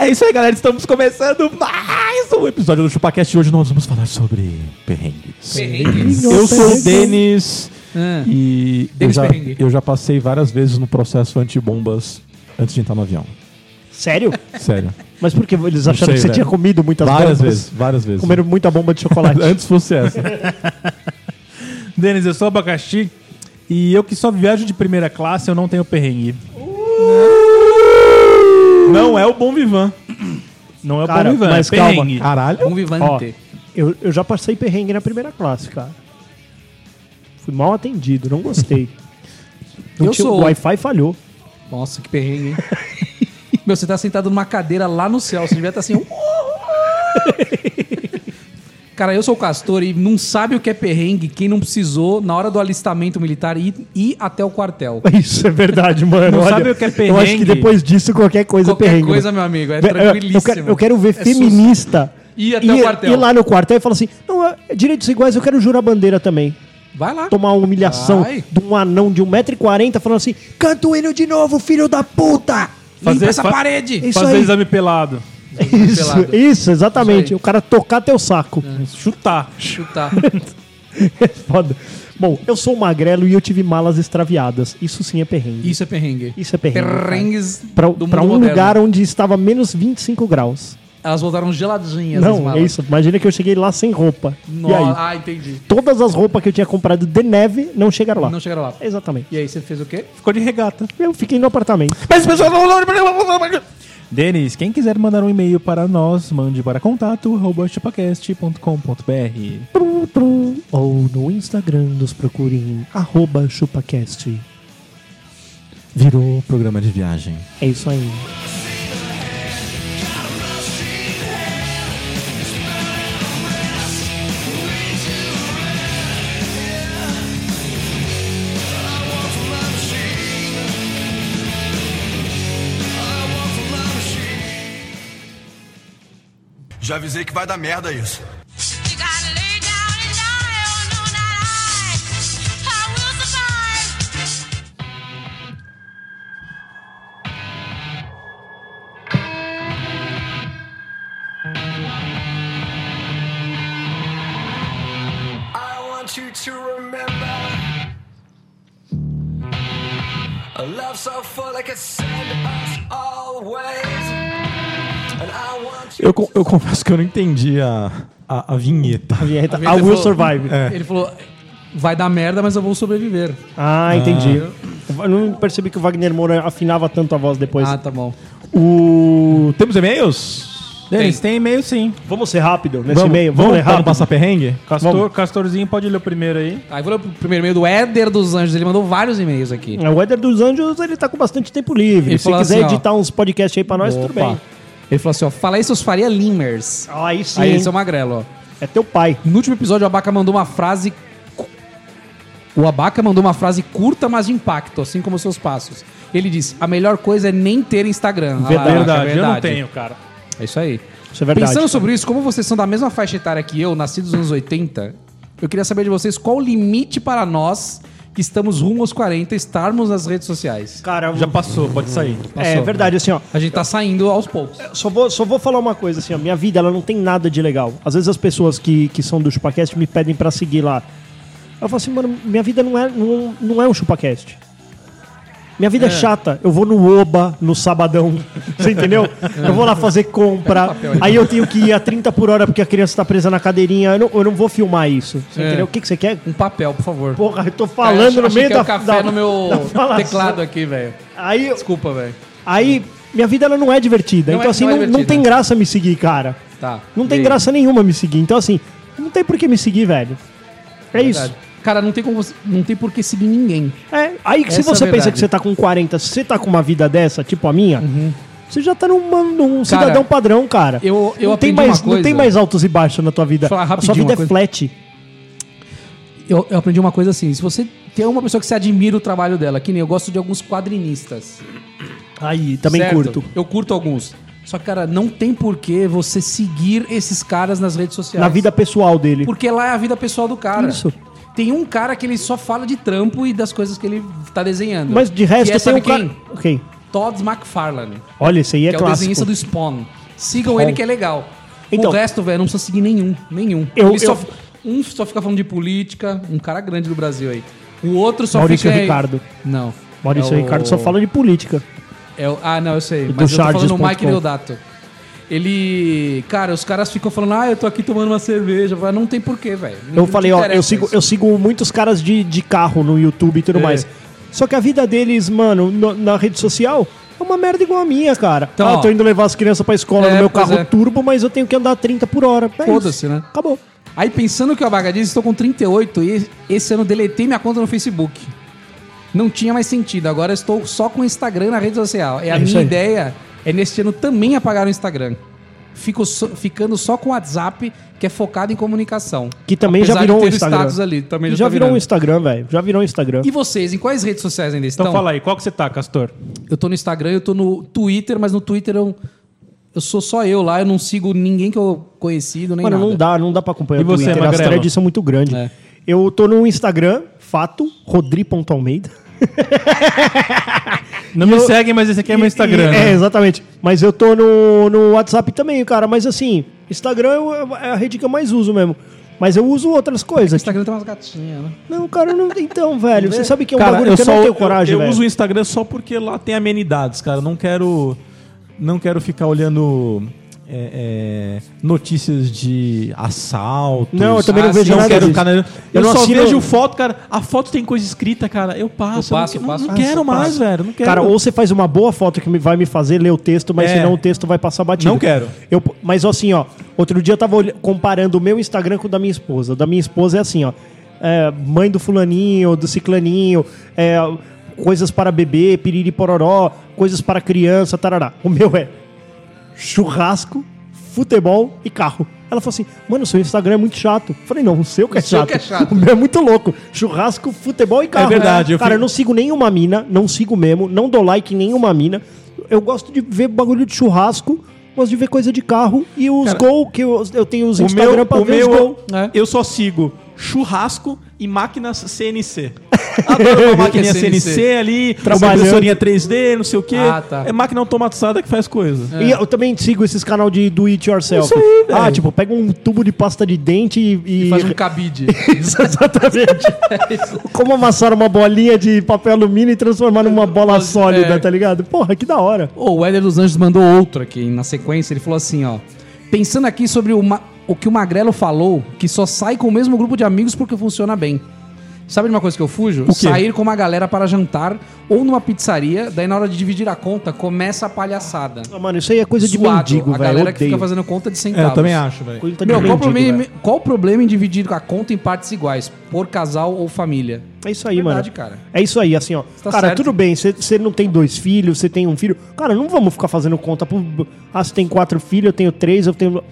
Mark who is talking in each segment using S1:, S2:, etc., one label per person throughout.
S1: É isso aí, galera. Estamos começando mais um episódio do ChupaCast. Hoje nós vamos falar sobre perrengues.
S2: Perrengues.
S1: Eu sou o Denis
S2: Ah,
S1: e eu
S2: Denis
S1: já,
S2: Perrengue.
S1: eu já passei várias vezes no processo antibombas antes de entrar no avião.
S3: Sério?
S1: Sério.
S3: Mas por que eles
S1: Não
S3: acharam
S1: sei,
S3: Tá que você
S1: velho.
S3: tinha comido muitas
S1: várias
S3: bombas?
S1: vezes, várias vezes.
S3: Comeram muita bomba de chocolate.
S1: Antes fosse essa.
S4: Denis, eu sou abacaxi e eu que só viajo de primeira classe, eu não tenho perrengue.
S1: Uh!
S4: Não é o Bom Vivan. Não é o
S3: Cara,
S4: Bom Vivan,
S3: mas
S4: é
S3: calma.
S4: perrengue.
S1: Caralho.
S2: um
S3: Ó,
S2: vivante.
S3: eu, eu já passei perrengue na primeira classe, cara. Fui mal atendido, não gostei. Não
S2: Eu
S3: tinha-
S2: sou-
S3: O Wi-Fi falhou.
S2: Nossa, que perrengue, hein? Meu, você tá sentado numa cadeira lá no céu, você devia estar assim. "Uh, uh". Cara, eu sou o Castor e não sabe o que é perrengue quem não precisou, na hora do alistamento militar, ir, ir até o quartel.
S3: Isso é verdade, mano.
S4: Não
S3: Olha,
S4: sabe o que é
S3: Eu acho que
S4: perrengue?
S3: depois disso, qualquer coisa
S2: Qualquer
S3: é perrengue.
S2: coisa, meu amigo, é
S3: Eu- eu- eu,
S2: tranquilíssimo.
S3: quero, eu quero ver
S2: É
S3: feminista
S2: Ir até o quartel.
S3: ir lá no quartel e falar assim, não, é direitos iguais, eu quero jurar bandeira também.
S2: Vai lá.
S3: tomar uma humilhação
S2: Vai.
S3: de um anão de 1,40m falando assim: canta o hino de novo, filho da puta!
S2: Limpa essa
S4: fa-
S2: parede!
S3: Isso
S4: Fazer
S3: aí.
S4: exame pelado.
S3: Isso,
S2: pelado.
S3: isso, exatamente.
S2: Isso aí. É.
S3: O cara tocar teu saco.
S4: Chutar.
S2: Chutar.
S3: É. foda. Bom, eu sou um magrelo e eu tive malas extraviadas. Isso sim é perrengue.
S2: Isso é perrengue.
S3: Isso é perrengue. cara.
S2: Perrengues
S3: Pra,
S2: do
S3: pra um
S2: mundo moderno.
S3: lugar onde estava menos 25 graus.
S2: Elas voltaram geladinhas as
S3: Não,
S2: malas.
S3: é isso. Imagina que eu cheguei lá sem roupa.
S2: No-
S3: E aí?
S2: Ah, entendi.
S3: Todas as roupas que eu tinha comprado de neve não chegaram lá.
S2: Não chegaram lá.
S3: Exatamente.
S2: E aí, você fez o quê?
S4: Ficou de regata.
S3: Eu fiquei no apartamento.
S4: Mas pessoal não... Denis, quem quiser mandar um e-mail para nós, mande para contato arroba chupacast.com.br.
S3: Trum, trum. Ou no Instagram nos procurem arroba chupacast.
S1: Virou programa de viagem.
S3: É isso aí.
S5: Já avisei que vai dar merda isso.
S6: You gotta lay down and die. Oh no, not I! I will survive.
S5: I want you to remember a love so full it could send us always. And I want you
S1: Eu, con- eu confesso que eu não entendi a, a, a vinheta.
S3: A vinheta,
S2: vinheta
S3: I will
S2: falou-
S3: survive.
S2: Ele falou, vai dar merda, mas eu vou sobreviver.
S3: Ah, entendi. Eu não percebi que o Wagner Moura afinava tanto a voz depois.
S2: Ah, tá bom.
S1: O... Temos e-mails? Denis, tem e-mail sim.
S3: Vamos ser rápido nesse e-mail? Vamos,
S1: vamos,
S3: errar.
S1: vamos passar perrengue?
S4: Castor, Castorzinho, pode ler o primeiro aí.
S2: Aí falou o primeiro e-mail do Éder dos Anjos, ele mandou vários e-mails aqui.
S3: É, O Éder dos Anjos, ele tá com bastante tempo livre.
S2: Ele
S3: Se
S2: falou
S3: quiser
S2: assim, ó.
S3: editar uns podcasts aí pra nós, tudo bem.
S2: Ele falou assim, ó, fala aí seus Faria Limers.
S3: Ah, Aí sim,
S2: Aí
S3: hein?
S2: esse é o Magrelo, ó.
S3: é teu pai.
S2: No último episódio, o Abaca mandou uma frase... cu- O Abaca mandou uma frase curta, mas de impacto, assim como os seus passos. Ele disse, a melhor coisa é nem ter Instagram. Ah,
S3: Verdade.
S2: Abaca,
S4: Verdade, eu não tenho, cara.
S2: É isso aí.
S3: Isso é verdade.
S2: Pensando sobre isso, como vocês são da mesma faixa etária que eu, nascidos nos anos 80, eu queria saber de vocês qual o limite para nós que estamos rumo aos 40 estarmos nas redes sociais.
S3: Cara,
S4: Já passou, pode sair.
S3: é
S2: passou.
S3: verdade, assim, ó.
S2: A gente tá saindo aos poucos.
S3: Só vou, só vou falar uma coisa, assim, a minha vida ela não tem nada de legal. Às vezes as pessoas que, que são do ChupaCast me pedem pra seguir lá. Eu falo assim, mano, minha vida não é, não, não é um ChupaCast. Minha vida é. chata. Eu vou no Oba, no Sabadão, você entendeu? Eu vou lá fazer
S2: É
S3: compra, aí eu tenho que ir a 30 por hora porque a criança tá presa na cadeirinha. Eu não, eu não vou filmar isso, você
S2: É.
S3: entendeu? O que, que você quer?
S2: Um papel, por favor.
S3: Porra, eu tô
S2: Cara, eu
S3: falando
S2: ach-
S3: no
S2: achei
S3: meio
S2: que
S3: da...
S2: é o café
S3: da-
S2: no
S3: da
S2: meu
S3: falação.
S2: teclado aqui, velho.
S3: Aí,
S2: Desculpa, velho.
S3: aí Minha vida ela não é divertida.
S2: Não é-
S3: então, assim,
S2: não
S3: não,
S2: é
S3: não
S2: divertida.
S3: tem graça me seguir, cara.
S2: Tá.
S3: Não tem
S2: E aí?
S3: graça nenhuma me seguir. Então, assim, não tem por que me seguir, velho. É isso.
S2: Verdade. Cara, não tem como você- não tem por que seguir ninguém.
S3: É, aí que se
S2: Essa é a
S3: você pensa
S2: verdade. Uhum.
S3: que você tá com 40, se você tá com uma vida dessa, tipo a minha, você já tá numa- num cidadão padrão, cara.
S2: eu- eu
S3: não tem
S2: aprendi
S3: mais,
S2: uma
S3: Não
S2: coisa.
S3: tem mais altos e baixos na tua vida.
S2: Falar
S3: A sua
S2: rapidinho
S3: vida
S2: uma
S3: é
S2: coisa.
S3: flat.
S2: Eu, eu aprendi uma coisa assim, se você tem uma pessoa que você admira o trabalho dela, que nem eu gosto de alguns quadrinistas.
S3: Aí, também
S2: certo?
S3: curto.
S2: Eu curto alguns. Só que, cara, não tem porquê você seguir esses caras nas redes sociais.
S3: Na vida pessoal dele.
S2: Porque lá é a vida pessoal do cara.
S3: Isso.
S2: Tem um cara que ele só fala de trampo e das coisas que ele tá desenhando.
S3: Mas de
S2: que
S3: resto,
S2: é,
S3: tem
S2: sabe
S3: um cara...
S2: quem?
S3: Ok.
S2: Todd McFarlane.
S3: Olha, esse aí é
S2: que é o
S3: clássico.
S2: desenhista do Spawn. Sigam ele que é legal.
S3: Então-
S2: o resto, velho, não precisa seguir nenhum. Nenhum.
S3: Eu-
S2: Ele só
S3: eu-
S2: fi- um só fica falando de política, um cara grande do Brasil aí. O outro só
S3: Maurício
S2: fica.
S3: Ricardo.
S2: Não.
S3: Maurício
S2: É o-
S3: Ricardo só fala de política.
S2: é o- ah, não, eu sei.
S3: Do
S2: Mas eu tô falando
S3: Charges.com.
S2: o Mike Deodato. Ele. Cara, os caras ficam falando, ah, eu tô aqui tomando uma cerveja. Eu falei, Não tem porquê, velho. Não
S3: Eu falei,
S2: te
S3: ó, eu
S2: interessa
S3: sigo,
S2: isso.
S3: eu sigo muitos caras de, de carro no YouTube e tudo
S2: É.
S3: mais. Só que a vida deles, mano, no- na rede social é uma merda igual a minha, cara.
S2: Então,
S3: ah, eu
S2: ó.
S3: tô indo levar as crianças pra escola
S2: É,
S3: no meu
S2: pois
S3: carro
S2: é.
S3: turbo, mas eu tenho que andar 30 por hora. É
S2: Foda-se,
S3: isso.
S2: né?
S3: Acabou.
S2: Aí pensando que o Abaga diz, estou com 38 e esse ano deletei minha conta no Facebook. Não tinha mais sentido, agora estou só com o Instagram na rede social. E a
S3: É isso
S2: minha
S3: aí.
S2: ideia é neste ano também apagar o Instagram. Fico só- ficando só com o WhatsApp, que é focado em comunicação.
S3: Que também já
S2: Apesar de
S3: virou
S2: ter
S3: um
S2: o
S3: Instagram.
S2: status ali, também já
S3: já
S2: tá
S3: virou um
S2: virando.
S3: Instagram, velho. Já virou um Instagram.
S2: E vocês, em quais redes sociais ainda estão?
S4: Então fala aí, qual que você tá, Castor?
S2: Eu tô no Instagram, eu tô no Twitter, mas no Twitter eu, eu sou só eu lá, eu não sigo ninguém que eu conhecido, nem
S3: Mano,
S2: nada.
S3: não dá, não dá pra acompanhar
S4: E você,
S3: As
S4: Magrelo?
S3: threads são muito grandes.
S2: É.
S3: Eu tô no Instagram, fato, rodri.almeida.
S4: Não me segue, mas esse aqui é meu Instagram.
S3: E-
S4: né?
S3: É, exatamente. Mas eu tô no, no WhatsApp também, cara. Mas assim, Instagram eu- é a rede que eu mais uso mesmo. Mas eu uso outras coisas.
S2: Instagram tem umas gatinhas, né?
S3: Não, cara, não. Então, velho, você sabe que é um
S4: Cara,
S3: bagulho que eu não tenho coragem,
S4: eu, eu
S3: velho.
S4: uso o Instagram só porque lá tem amenidades, cara. Eu Não quero, não quero ficar olhando é, é, notícias de assalto.
S3: Não, eu também
S2: Ah,
S3: não vejo
S2: sim,
S4: não
S3: nada
S4: quero
S3: disso.
S4: ficar. Eu,
S3: Eu não
S4: só
S3: assino-
S4: vejo foto, cara. A foto tem coisa escrita, cara. Eu passo.
S2: Eu passo,
S4: não,
S2: eu passo,
S4: não
S2: passo,
S4: quero
S2: eu
S4: mais,
S2: passo.
S4: velho. Não quero.
S3: Cara, ou você faz uma boa foto que me- vai me fazer ler o texto, mas
S4: É.
S3: senão o texto vai passar batido.
S4: Não quero.
S3: Eu, mas assim, ó, outro dia eu tava olha- comparando o meu Instagram com o da minha esposa. O da minha esposa é assim, ó. é, mãe do fulaninho, do ciclaninho, é, coisas para bebê, piriri pororó, coisas para criança, tarará. O meu é churrasco, futebol e carro. Ela falou assim, mano, seu Instagram é muito chato. Eu falei, não, o seu que é,
S2: O seu
S3: chato.
S2: que é chato.
S3: O meu é muito louco. Churrasco, futebol e carro.
S4: verdade, eu
S3: Cara,
S4: fui-
S3: eu não sigo nenhuma mina, não sigo mesmo, não dou like em nenhuma mina. Eu gosto de ver bagulho de churrasco, gosto de ver coisa de carro e os gol que eu, eu tenho os
S4: o
S3: Instagram
S4: meu,
S3: pra
S4: o
S3: ver
S4: meu
S3: os gol. né?
S2: É.
S4: eu só sigo churrasco e máquinas CNC. Adoro uma maquininha
S2: Que é
S4: CNC,
S2: CNC?
S4: ali,
S3: Trabalhando.
S4: impressorinha 3D, não sei o quê.
S2: Ah, tá.
S4: É máquina automatizada que faz coisa.
S3: E eu também sigo esses canal de do it yourself.
S4: Isso aí, velho.
S3: ah, tipo, pega um tubo de pasta de dente e, e-
S2: Faz um cabide.
S3: Isso, exatamente. Como amassar uma bolinha de papel alumínio e transformar numa bola sólida, tá ligado? Porra, que da hora.
S2: Ô, o Éder dos Anjos mandou outro aqui na sequência. Ele falou assim, ó. Pensando aqui sobre o, ma- o que o Magrelo falou, que só sai com o mesmo grupo de amigos porque funciona bem. Sabe de uma coisa que eu fujo? Sair com uma galera para jantar ou numa pizzaria, daí na hora de dividir a conta, começa a palhaçada.
S3: Ah, mano, isso aí é coisa de
S2: Suado.
S3: mendigo,
S2: a
S3: velho.
S2: galera que
S3: odeio.
S2: fica fazendo conta
S4: É,
S2: de
S3: Tá,
S2: centavos.
S4: eu também acho, velho.
S3: Coisa de
S2: Meu, um qual, o
S3: mendigo,
S2: problema,
S3: velho.
S2: qual o problema em dividir a conta em partes iguais, por casal ou família?
S3: É isso aí,
S2: Verdade,
S3: mano.
S2: cara.
S3: É isso aí, assim, ó.
S2: tá
S3: cara,
S2: certo.
S3: tudo bem, você não tem dois filhos, você tem um filho. Cara, não vamos ficar fazendo conta pro. Ah, você tem quatro filhos, eu tenho três, eu tenho.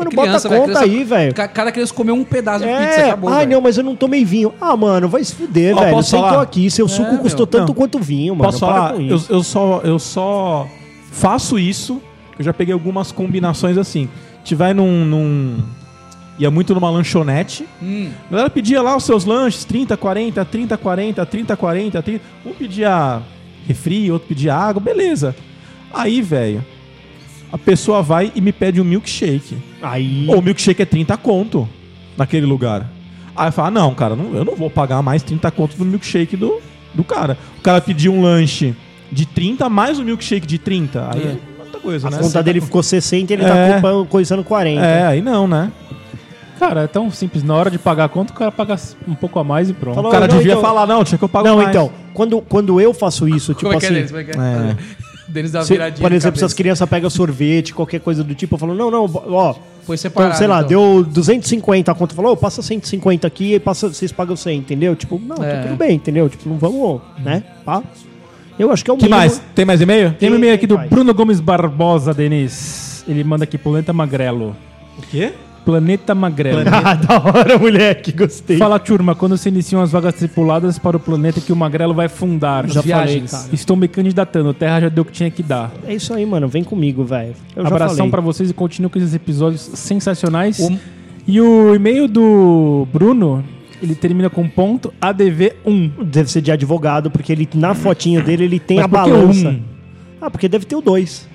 S3: Mano,
S2: É Criança,
S3: bota
S2: velho,
S3: conta
S2: criança-
S3: aí, velho.
S2: Ca- Cada criança comeu um pedaço de pizza,
S3: É,
S2: acabou.
S3: ai
S2: velho.
S3: não, mas eu não tomei vinho. Ah, mano, vai se fuder,
S4: Ó,
S3: velho. Eu
S4: posso
S3: sentou
S4: falar?
S3: aqui, seu suco
S2: É, meu.
S3: custou tanto
S4: Não.
S3: quanto vinho, mano.
S4: Posso
S3: Para
S4: falar?
S3: com
S4: Eu,
S3: isso.
S4: eu só, eu só faço isso. Eu já peguei algumas combinações assim. Tiver num, num. Ia muito numa lanchonete. A galera pedia lá os seus lanches: 30, 40, 30, 40, 30, 40, 30. Um pedia refri, outro pedia água, beleza. Aí, velho, a pessoa vai e me pede um milkshake.
S3: Aí.
S2: né,
S4: Ou o milkshake é 30 conto naquele lugar. Aí eu falo, ah, não, cara, não- eu não vou pagar mais 30 conto do milkshake do, do cara. O cara pediu um lanche de 30 mais um milkshake de 30. Aí é, outra coisa,
S3: a
S4: né?
S3: conta dele ficou 60 ele tá
S4: É.
S3: culpando, coisando 40.
S4: É, aí não, né?
S1: Cara, é tão simples. Na hora de pagar a conta, o cara paga um pouco a mais e pronto.
S3: Falou,
S4: O cara
S3: não,
S4: devia
S3: então-
S4: falar, não, tinha que eu pago
S3: Não,
S4: mais.
S3: então, quando, quando eu faço isso, tipo
S2: Como é que é
S3: assim.
S2: deles? Como é que é?
S4: É.
S2: Denis dá uma
S3: Se-
S2: viradinha.
S3: por
S2: de
S3: exemplo, se as
S2: cabeça.
S3: crianças pegam sorvete, qualquer coisa do tipo, eu falo, não, não, ó.
S2: Foi separado.
S3: Então, sei lá,
S2: então.
S3: deu 250 a conta, falou, ô, passa 150 aqui e passa, vocês pagam 100, entendeu? Tipo, não, tá
S2: É.
S3: tudo bem, entendeu? Tipo, não vamos, né? Pá. Eu acho que é o
S7: que
S3: mínimo.
S7: mais? Tem mais e-mail?
S3: Tem
S7: Tem um e-mail aqui do
S3: mais.
S7: Bruno Gomes Barbosa, Denis. Ele manda aqui, Planeta Magrelo.
S4: O quê?
S7: Planeta Magrelo.
S3: Ah, da hora, moleque, gostei.
S7: Fala, turma, quando se iniciam as vagas tripuladas para o planeta que o Magrelo vai fundar?
S2: Já falei,
S7: Viagens.
S2: cara.
S7: Estou me candidatando. Terra já deu o que tinha que dar.
S3: É isso aí, mano, vem comigo, velho. Eu já
S7: Abração
S3: falei.
S7: pra vocês e continuem com esses episódios sensacionais.
S2: O-
S7: E o e-mail do Bruno, ele termina com ponto ADV1.
S3: Deve ser de advogado, porque ele, na fotinho dele, ele tem
S7: Mas
S3: a
S7: por que um?
S3: balança. Ah, porque deve ter o dois.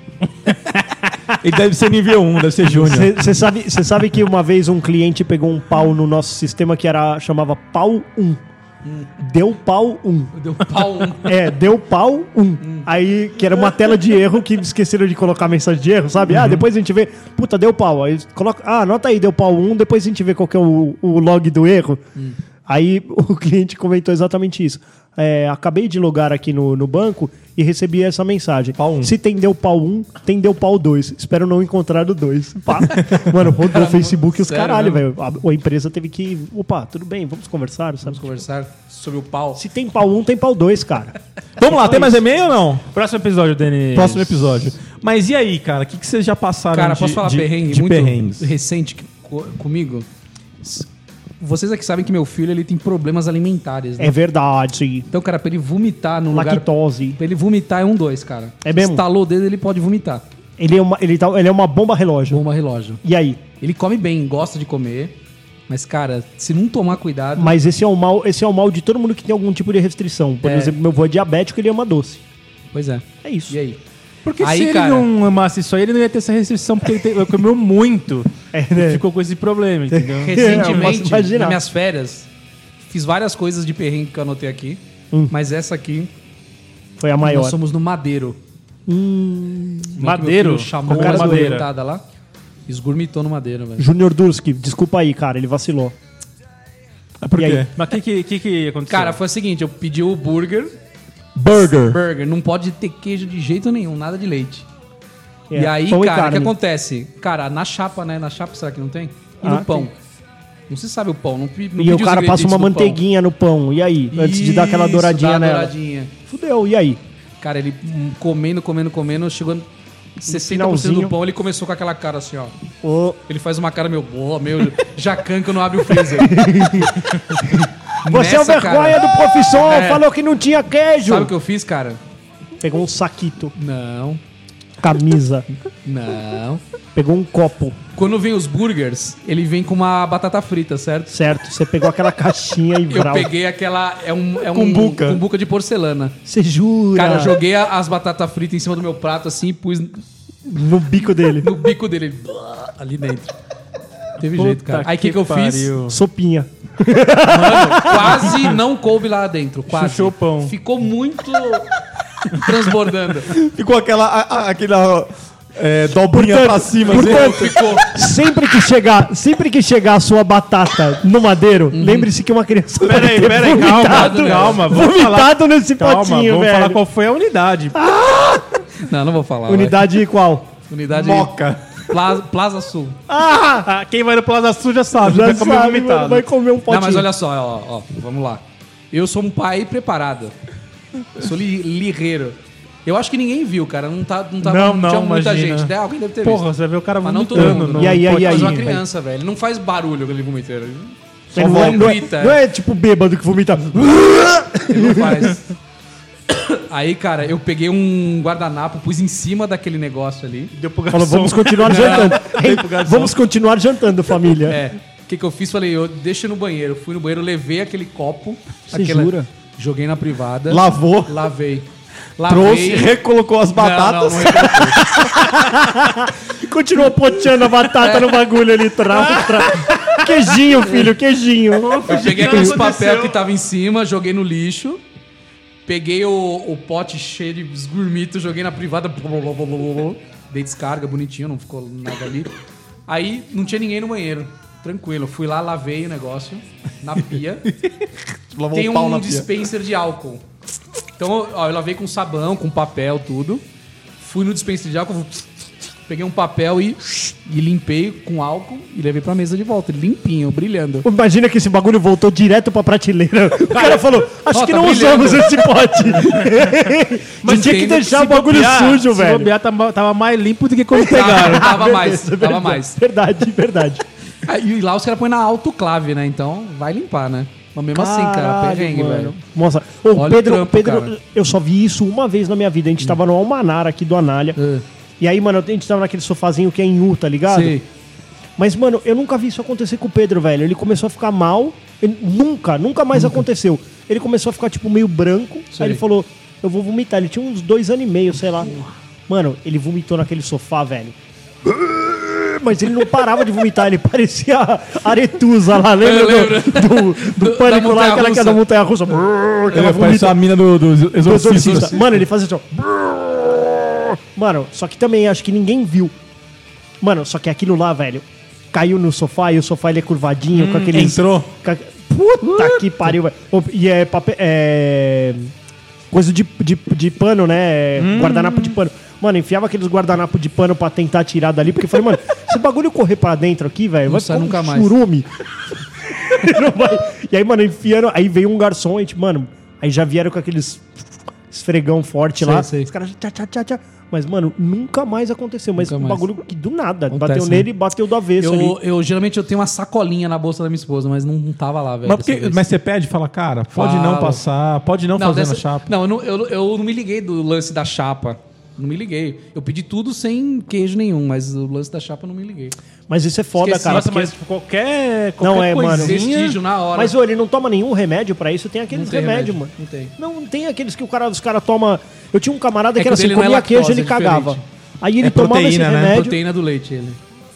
S4: Ele deve ser nível 1, deve ser júnior.
S3: Você sabe, cê sabe que uma vez um cliente pegou um pau no nosso sistema que era chamava pau 1. Deu pau 1.
S2: Deu um pau.
S3: É, deu pau 1. Aí, que era uma tela de erro que esqueceram de colocar a mensagem de erro, sabe? Ah, depois a gente vê. Puta, deu pau. Aí coloca. Ah, anota aí, deu pau 1, depois a gente vê qual que é o, o log do erro. Aí o cliente comentou exatamente isso. É, acabei de logar aqui no, no banco e recebi essa mensagem.
S4: um.
S3: Se tem deu pau 1, tem deu pau 2. Espero não encontrar o 2. Pá. Mano, rodou o Facebook e os
S2: sério
S3: caralho,
S2: mesmo?
S3: velho. A, a empresa teve que. Opa, tudo bem, vamos conversar, sabe?
S2: Vamos conversar sobre o pau.
S3: Se tem pau 1, tem pau 2, cara.
S4: Vamos lá, tem mais e-mail ou não?
S7: Próximo episódio, Denis.
S4: Próximo episódio. Mas e aí, cara? O que, que vocês já passaram
S2: Cara,
S4: de,
S2: posso falar
S4: de,
S2: perrengue?
S4: de
S2: muito
S4: perrengues?
S2: recente que- co- comigo? S- Vocês aqui sabem que meu filho ele tem problemas alimentares, né?
S3: É verdade.
S2: Então, cara, pra ele vomitar num lugar...
S3: Lactose.
S2: Pra ele vomitar é um dois, cara.
S3: É mesmo?
S2: Estalou o dedo, ele pode vomitar.
S3: Ele é uma, ele tá, ele é uma bomba relógio.
S2: Bomba relógio.
S3: E aí?
S2: Ele come bem, gosta de comer. Mas, cara, se não tomar cuidado...
S3: Mas esse é o mal, esse é o mal de todo mundo que tem algum tipo de restrição. Por
S2: É.
S3: exemplo, meu avô é diabético, ele ama doce.
S2: Pois é.
S3: É isso.
S2: E aí?
S7: Porque
S2: Aí,
S7: se
S2: cara-
S7: ele não amasse isso aí, ele não ia ter essa restrição, porque ele, te- ele comeu muito.
S3: É,
S7: Ele
S3: né?
S7: ficou com esse problema, entendeu?
S3: É, Eu posso
S2: Recentemente,
S3: imaginar.
S2: nas minhas férias, fiz várias coisas de perrengue que eu anotei aqui. Mas essa aqui,
S3: Foi a Hum. maior. Hum.
S2: nós somos no Madeiro. é
S7: Madeiro?
S2: Meu filho chamou
S7: Com cara
S2: uma
S7: do-
S2: madeira. lá. Esgurmitou no madeira, velho.
S3: Júnior Durski, desculpa aí, cara, ele vacilou.
S2: É
S4: Ah, Por
S3: E
S4: quê?
S3: aí?
S7: Mas o que, que, que, que aconteceu?
S2: Cara, foi o seguinte, eu pedi o burger.
S4: Burger.
S2: Burger, não pode ter queijo de jeito nenhum, nada de leite.
S3: É,
S2: E aí,
S3: pão
S2: cara, o que
S3: carne.
S2: acontece? Cara, na chapa, né? Na chapa, será que não tem? E
S3: Ah,
S2: no pão. Não se sabe o pão. Não, pe- não
S3: E
S2: pedi
S3: o
S2: os
S3: cara passa
S2: ingredientes
S3: uma
S2: do pão.
S3: manteiguinha no pão. E aí? Antes de dar aquela
S2: Isso,
S3: douradinha
S2: dá a
S3: nela.
S2: douradinha.
S3: Fudeu, e aí?
S2: Cara, ele hum, comendo, comendo, comendo, chegando 60%
S3: finalzinho.
S2: do pão, ele começou com aquela cara assim, ó.
S3: Ô,
S2: Ele faz uma cara meio boa, meio jacan que eu não abre o freezer.
S3: Você é o
S2: Nessa, cara,
S3: vergonha do profissão,
S2: É.
S3: falou que não tinha queijo.
S2: Sabe o que eu fiz, cara?
S3: Pegou um saquito,
S2: Não,
S3: camisa,
S2: não.
S3: pegou um copo,
S2: Quando vem os burgers, ele vem com uma batata frita, certo?
S3: certo? Você pegou aquela caixinha e
S2: Eu
S3: brau.
S2: peguei aquela. É um. É um
S3: Cumbuca.
S2: cumbuca de porcelana.
S3: Você jura?
S2: Cara, eu joguei a- as batatas fritas em cima do meu prato assim e pus
S3: No bico dele.
S2: no bico dele. ele, Ali dentro. Teve jeito, cara. Aí o que, que eu fiz?
S3: Sopinha.
S2: Quase não coube lá dentro. Quase.
S7: Chuchou o pão.
S2: Ficou muito transbordando.
S4: Ficou aquela, a, a- aquela é, dobrinha
S3: Portanto,
S4: pra cima.
S3: portanto,
S2: Ficou.
S3: Sempre que chegar, sempre que chegar a sua batata no madeiro, lembre-se que uma criança pode
S7: Uhum. Peraí,
S3: ter
S7: peraí,
S3: vomitado-
S7: calma, calma. Vamos falar,
S3: vomitado nesse
S7: calma,
S3: potinho,
S7: vamos
S3: velho.
S7: falar qual foi a unidade.
S1: Ah,
S2: Não, não vou falar.
S3: Unidade qual?
S2: vai. Unidade
S4: Moca.
S2: Plaza, Plaza Sul.
S7: Ah, quem vai no Plaza Sul já sabe,
S3: Já
S7: vai comer
S3: sabe, mano,
S7: vomitado.
S3: vai comer um potinho.
S2: Não, mas olha só, ó, ó, vamos lá. Eu sou um pai preparado. Eu sou li, lirreiro. Eu acho que ninguém viu, cara. Não, tá, não, tava,
S7: Não, não,
S2: tinha muita
S7: imagina.
S2: gente. Né? Alguém deve ter
S7: Porra,
S2: visto.
S7: você vai ver o cara
S2: Mas não todo
S7: vomitando.
S2: mundo.
S7: no
S3: E aí, aí,
S7: pote.
S3: aí?
S2: mas uma
S3: velho.
S2: criança, velho. Não faz barulho aquele vomiteiro. Ele
S3: Ele não, é, não, é,
S2: vomita.
S3: não é tipo bêbado que vomita.
S2: Ele não faz. Aí, cara, eu peguei um guardanapo, pus em cima daquele negócio ali.
S7: Deu pro garçom.
S3: Falou, vamos continuar jantando. Ei, vamos continuar jantando, família.
S2: É. O que, que eu fiz? Falei, eu deixa no banheiro. Fui no banheiro, levei aquele copo.
S3: Você jura?
S2: Joguei na privada.
S4: Lavou,
S2: Lavei.
S4: trouxe,
S2: Lavei.
S4: recolocou as batatas.
S2: Não, não, não,
S3: E continuou poteando a batata no bagulho ali. Tra, tra. Queijinho, filho, queijinho.
S2: eu peguei aqueles papel que tava em cima, joguei no lixo. Peguei o, o pote cheio de esgurmito, joguei na privada. Dei descarga, bonitinho, não ficou nada ali. Aí não tinha ninguém no banheiro. Tranquilo, fui lá, lavei o negócio na pia.
S4: Lavou
S2: Tem
S4: o pau
S2: um
S4: na pia.
S2: dispenser de álcool. Então, ó, eu lavei com sabão, com papel, tudo. Fui no dispense de álcool, peguei um papel e, e limpei com álcool e levei pra mesa de volta. Limpinho, brilhando.
S3: Imagina que esse bagulho voltou direto pra prateleira. O cara falou, acho
S2: Ó,
S3: que
S2: tá
S3: não
S2: brilhando."
S3: usamos esse pote. Mas tinha que
S2: ainda
S3: deixar
S7: Se
S3: o bagulho
S7: bobear-
S3: sujo,
S7: se
S3: velho.
S7: bobear, tava, tava mais limpo do que quando
S2: Tava,
S7: pegaram.
S2: tava mais, tava mais.
S3: Verdade, verdade.
S2: Ah, E lá os caras põem na autoclave, né? Então vai limpar, né? Mas mesmo assim, cara,
S3: Caralho,
S2: perrengue,
S3: mano.
S2: velho.
S3: Nossa, ô,
S2: Olha o
S3: Pedro,
S2: trampo,
S3: Pedro
S2: cara.
S3: eu só vi isso uma vez na minha vida. A gente tava no Almanara aqui do Anália.
S2: É.
S3: E aí, mano, a gente tava naquele sofazinho que é em U, tá ligado?
S2: Sim.
S3: Mas, mano, eu nunca vi isso acontecer com o Pedro, velho. Ele começou a ficar mal. Ele- nunca, nunca mais aconteceu. Ele começou a ficar, tipo, meio branco.
S2: Sei.
S3: Aí ele falou, eu vou vomitar. Ele tinha uns dois anos e meio, sei lá. Mano, ele vomitou naquele sofá, velho. Mas ele não parava de vomitar, ele parecia a Aretusa lá, lembra
S2: lembro.
S3: do, do, do
S2: da
S3: pânico lá, aquela que é
S2: montanha-russa.
S3: da montanha russa. Aquela
S1: Parece
S3: vomita-
S1: a mina do, do
S3: do
S1: exorcista.
S3: exorcista. Mano, ele fazia assim, ó. Mano, só que também acho que ninguém viu. Mano, só que aquilo lá, velho, caiu no sofá e o sofá ele é curvadinho com aquele.
S1: entrou.
S3: Puta que pariu, velho. Ô, E é papel. É. Coisa de, de, de pano, né? É, Guardanapo de pano. Mano, enfiava aqueles guardanapos de pano pra tentar tirar dali, porque eu falei, mano, se o bagulho correr pra dentro aqui, velho, vai
S2: sai
S3: ficar um
S2: nunca mais.
S3: churume. Não vai. E aí, mano, enfiaram. Aí veio um garçom, a gente, mano, aí já vieram com aqueles esfregão forte lá.
S2: sei.
S3: Os caras já tchá, tchá, tchá, tchá. Mas, mano, nunca mais aconteceu. Mas
S2: Nunca
S3: um
S2: mais.
S3: bagulho que do nada.
S2: Acontece,
S3: bateu
S2: né?
S3: nele e bateu do avesso ali.
S2: Eu, eu geralmente eu tenho uma sacolinha na bolsa da minha esposa, mas não, não tava lá, velho.
S1: Mas,
S2: dessa
S1: porque,
S2: vez.
S1: mas você pede e fala, cara, pode
S2: Fala.
S1: não passar, pode não,
S2: não,
S1: fazer
S2: dessa-
S1: na chapa.
S2: Não, eu não, eu, eu não me liguei do lance da chapa. Não me liguei. Eu pedi tudo sem queijo nenhum, mas o lance da chapa eu não me liguei.
S3: Mas isso é foda,
S2: Esqueci.
S3: cara.
S2: Nossa,
S3: porque-
S7: Mas tipo, qualquer, qualquer
S3: Não, é, mano.
S7: coisinha-
S2: Vestígio na hora.
S3: Mas, ô, ele não toma nenhum remédio pra isso? Tem
S2: Não
S3: aqueles
S2: tem remédio,
S3: remédio, mano.
S2: não tem.
S3: Não, tem aqueles que o cara, os caras toma. Eu tinha um camarada
S2: É
S3: que
S2: que o
S3: era assim,
S2: dele não é
S3: comia
S2: lactose,
S3: queijo, ele
S2: é diferente.
S3: cagava. Aí ele
S1: É
S3: tomava
S1: proteína,
S3: esse
S1: né?
S3: remédio.
S2: Proteína do leite, ele.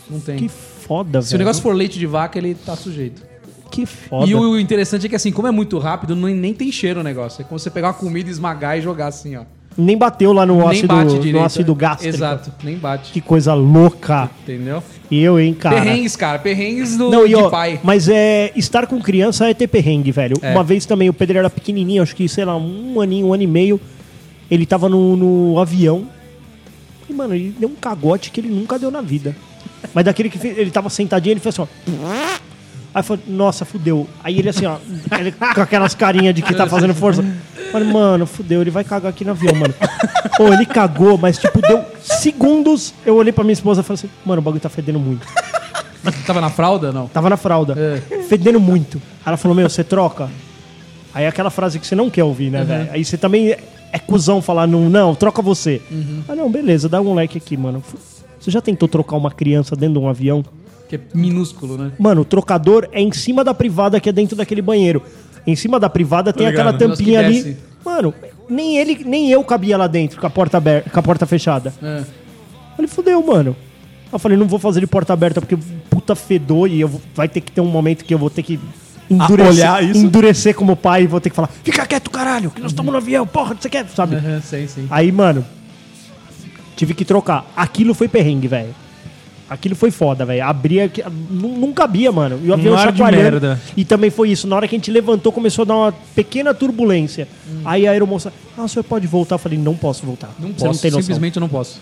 S2: Não tem.
S3: Que foda, velho.
S2: Se o negócio for leite de vaca, ele tá sujeito.
S3: Que foda.
S2: E o interessante é que, assim, como é muito rápido, nem, nem tem cheiro o negócio. É como você pegar uma comida, esmagar e jogar assim, ó.
S3: Nem bateu lá no
S2: nem
S3: ácido,
S2: bate direito. é. né?
S3: no ácido gástrico.
S2: Exato, nem bate.
S3: Que coisa louca.
S2: Entendeu?
S3: E eu, hein, cara.
S2: Perrengues, cara. Perrengues do,
S3: Não, e
S2: de
S3: ó,
S2: pai.
S3: mas é estar com criança é ter perrengue, velho. Uma vez também o Pedro era pequenininho, acho que sei lá, um aninho, um ano e meio. Ele tava no, no avião. E, mano, ele deu um cagote que ele nunca deu na vida. Mas daquele que fez- ele tava sentadinho, ele fez assim, ó. Aí falou, nossa, fudeu. Aí ele assim, ó, ele com aquelas carinhas de que tá fazendo força. Falei, mano, fudeu, ele vai cagar aqui no avião, mano. Pô, ele cagou, mas tipo, deu segundos. Eu olhei pra minha esposa e falei assim, mano, o bagulho tá fedendo muito.
S2: Tava na fralda, não?
S3: Tava na fralda.
S2: É.
S3: Fedendo muito. Aí ela falou, meu, você troca? Aí é aquela frase que você não quer ouvir,
S2: Uhum.
S3: né, velho? Aí você também é, é cuzão falar, não, não troca você.
S2: Uhum.
S3: Ah, não, beleza, dá um like aqui, mano. F- Você já tentou trocar uma criança dentro de um avião?
S2: Que é minúsculo, né?
S3: Mano, o trocador é em cima da privada que é dentro daquele banheiro. Em cima da privada tem
S1: ligado.
S3: aquela tampinha
S2: um Negócio que
S3: ali. Mano, nem ele, nem eu cabia lá dentro com a porta aberta, com a porta fechada.
S2: É.
S3: Ele fudeu, mano. Aí Eu falei, não vou fazer de porta aberta porque puta fedor e eu vou- vai ter que ter um momento que eu vou ter que endurecer,
S1: olhar isso?
S3: endurecer como pai e vou ter que falar: fica quieto, caralho, que nós estamos no avião, porra, não sei o que, sabe?
S2: Aham, é, sim, sim.
S3: Aí, mano, tive que trocar. Aquilo foi perrengue, velho. Aquilo foi foda, velho. Abria. que- nu- Não cabia, mano. E o avião
S7: Um ar de
S3: chacoalhando.
S7: merda.
S3: E também foi isso. Na hora que a gente levantou, começou a dar uma pequena turbulência. Aí a aeromoça. Ah, o senhor pode voltar? Eu falei, não posso voltar.
S2: Não
S3: Você
S2: posso,
S3: tem noção.
S2: simplesmente eu não posso.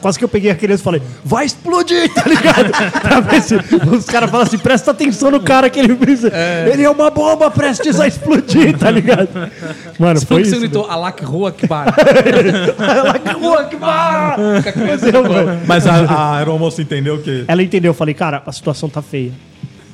S3: Quase que eu peguei a criança e falei, vai explodir, tá ligado? pra ver se os caras falam assim, presta atenção no cara que ele pensa. Ele é uma bomba prestes a explodir, tá ligado? Mano,
S2: Foi
S3: foi
S2: que você
S3: isso.
S2: gritou, Alak Rua Akbar.
S3: velho. Mano,
S1: Mas a, a aeromoça entendeu que.
S3: Ela entendeu, eu falei, cara, a situação tá feia.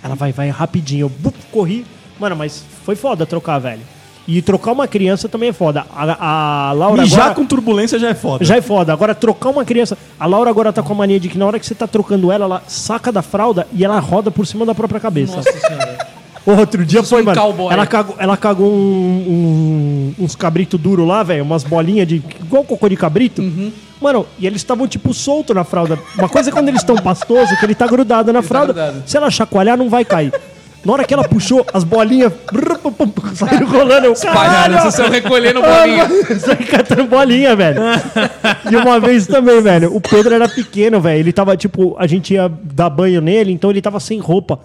S3: Ela vai, vai rapidinho. Eu bup, corri. Mano, mas foi foda trocar, velho. E trocar uma criança também é foda. A, a Laura
S1: Mijar
S3: agora-
S1: com turbulência já é foda.
S3: Já é foda. Agora, trocar uma criança. A Laura agora tá com a mania de que na hora que você tá trocando ela, ela saca da fralda e ela roda por cima da própria cabeça. Nossa senhora. Outro dia
S2: Sou
S3: foi,
S2: um
S3: mano.
S2: cowboy.
S3: Ela cagou, ela cagou um- um- uns cabrito duro lá, velho. Umas bolinhas de. igual cocô de cabrito. Mano, e eles estavam tipo solto na fralda. Uma coisa é quando eles estão pastoso, que ele tá grudado na fralda.
S2: grudado.
S3: Se ela chacoalhar, não vai cair. Na hora que ela puxou, as bolinhas brrr, pum, pum, pum, saíram rolando. Eu,
S2: Palhaço,
S3: "Caralho!"
S2: né? vocês estão recolhendo
S3: Ah,
S2: bolinha.
S3: mano, Sai catando bolinha, velho. E uma vez também, velho, o Pedro era pequeno, velho. Ele tava, tipo, a gente ia dar banho nele, então ele tava sem roupa.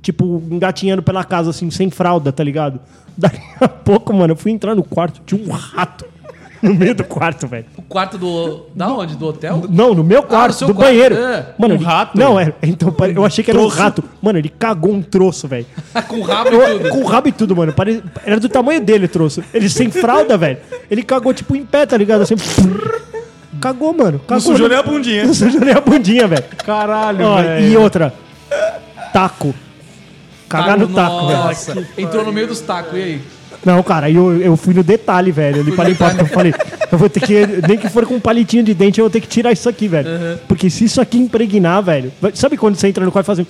S3: Tipo, engatinhando pela casa, assim, sem fralda, tá ligado? Daqui a pouco, mano, eu fui entrar no quarto, tinha um rato. No meio do quarto, velho.
S2: O quarto do. Da onde? Do hotel?
S3: Não, no meu
S2: no
S3: quarto,
S2: seu
S3: do
S2: quarto,
S3: banheiro.
S2: é.
S3: Mano,
S7: Um
S3: ele-
S7: rato?
S3: Não, era. Então, pare- eu achei que era um
S7: troço?
S3: rato. Mano, ele cagou um troço, velho.
S2: Com o rabo e
S3: Eu-
S2: tudo.
S3: Com o rabo e tudo, mano. Pare- Era do tamanho dele, troço. Ele sem fralda, velho. Ele cagou tipo em pé, tá ligado? Assim. Cagou, mano. Cagou,
S4: sujou nem a bundinha.
S3: Não sujou nem a bundinha, velho.
S7: Caralho,
S3: Ó,
S7: velho.
S3: e outra. Taco. Cagar no taco, velho.
S2: Nossa, entrou no meio dos tacos, e aí?
S3: Não, cara, aí eu, eu fui no detalhe, velho. Eu limpei pra eu falei, eu vou ter que. Nem que for com um palitinho de dente, eu vou ter que tirar isso aqui, velho. Porque se isso aqui impregnar, velho. vai- Sabe quando você entra no quarto e faz assim,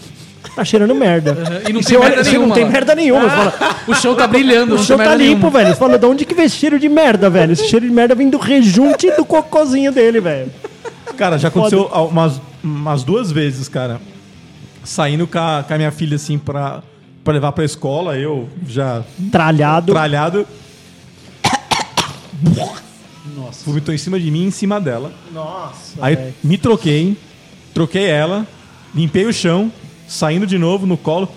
S3: tá cheirando merda.
S2: E não tem
S3: você olha,
S2: merda
S3: você
S2: nenhuma
S3: não tem
S2: lá.
S3: merda nenhuma. Você fala,
S2: O chão tá brilhando,
S3: o
S2: não
S3: chão
S2: tem
S3: tá
S2: merda
S3: limpo,
S2: nenhuma.
S3: velho. Você fala, de onde que vem esse cheiro de merda, velho? Esse cheiro de merda vem do rejunte do cocôzinho dele, velho.
S4: Cara, já aconteceu al- umas, umas duas vezes, cara. Saindo com a, com a minha filha, assim, pra, pra levar pra escola, eu já
S3: Tralhado.
S4: tralhado. Nossa. Vomitou em cima de mim e em cima dela.
S3: Nossa.
S4: Aí
S3: velho.
S4: me troquei, troquei ela, limpei o chão, saindo de novo no colo.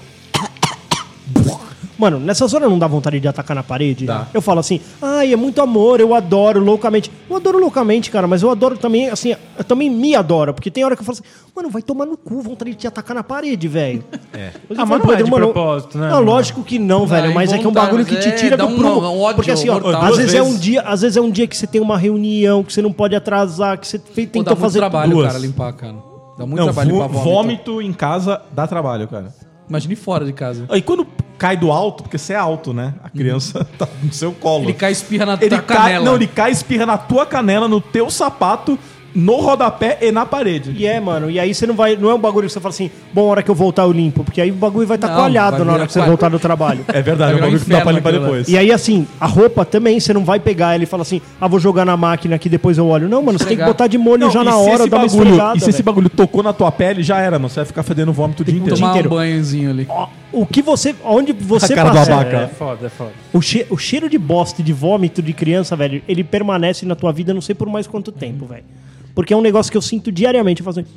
S3: Mano, nessas horas não dá vontade de atacar na parede? Eu falo assim, ai, é muito amor, eu adoro loucamente. Eu adoro loucamente, cara, mas eu adoro também, assim, eu também me adoro, porque tem hora que eu falo assim, mano, vai tomar no cu, vontade de te atacar na parede, velho. É.
S7: Ah, mas não é de propósito, né,
S3: Não,
S7: mano?
S3: lógico que não, velho, mas é que é um
S2: involuntário,
S3: bagulho que
S2: mas
S3: te
S2: é,
S3: tira
S2: dá
S3: do
S2: um-
S3: prumo.
S2: um ódio
S3: porque assim, ó,
S2: mortal.
S3: às
S4: Duas
S3: vezes é um
S4: vezes.
S3: dia, às vezes é um dia que você tem uma reunião, que você não pode atrasar, que você fe-
S2: Pô,
S3: tentou
S2: dá muito
S3: fazer
S2: trabalho,
S4: duas.
S2: cara, limpar, cara. Dá muito
S4: Não,
S2: trabalho
S4: vô-
S2: limpar
S4: vômito.
S2: vômito.
S4: em casa dá trabalho, cara.
S2: Imagine fora de casa.
S4: Aí quando cai do alto, porque você é alto, né? A criança tá no seu colo.
S2: Ele cai e espirra na
S4: Ele tá
S2: tua
S4: cai-
S2: canela.
S4: não, ele cai, espirra na tua canela, no teu sapato, no rodapé e na parede.
S3: E é, mano, e aí você não vai. Não é um bagulho que você fala assim, bom, a hora que eu voltar eu limpo, porque aí o bagulho vai estar
S2: Não,
S3: coalhado
S2: vai
S3: na hora
S2: virar
S3: que você
S2: quadro.
S3: voltar do trabalho.
S4: É verdade, é um
S2: Vai virar um
S4: bagulho que dá pra
S2: inferno
S4: limpar
S2: aquilo lá.
S4: depois.
S3: E aí, assim, a roupa também, você não vai pegar ela e falar assim, ah, vou jogar na máquina aqui, depois eu olho. Não, mano, você tem que
S2: Esfregar.
S3: botar de molho
S4: Não,
S3: já
S4: e
S3: na
S4: se
S3: hora,
S4: esse
S3: dar uma
S4: bagulho-
S3: esfregada.
S4: E se esse
S3: velho.
S4: bagulho tocou na tua pele, já era, mano. Você vai ficar fedendo vômito o dia inteiro.
S2: Tomar um
S3: inteiro.
S2: banhozinho ali.
S3: O que você. Onde você
S4: cara do
S3: passar.
S4: abaca.
S7: É foda, é foda.
S3: O, che- o cheiro de bosta e de vômito de criança, velho, ele permanece na tua vida não sei por mais quanto tempo, velho. Porque é um negócio que eu sinto diariamente. Eu faço assim,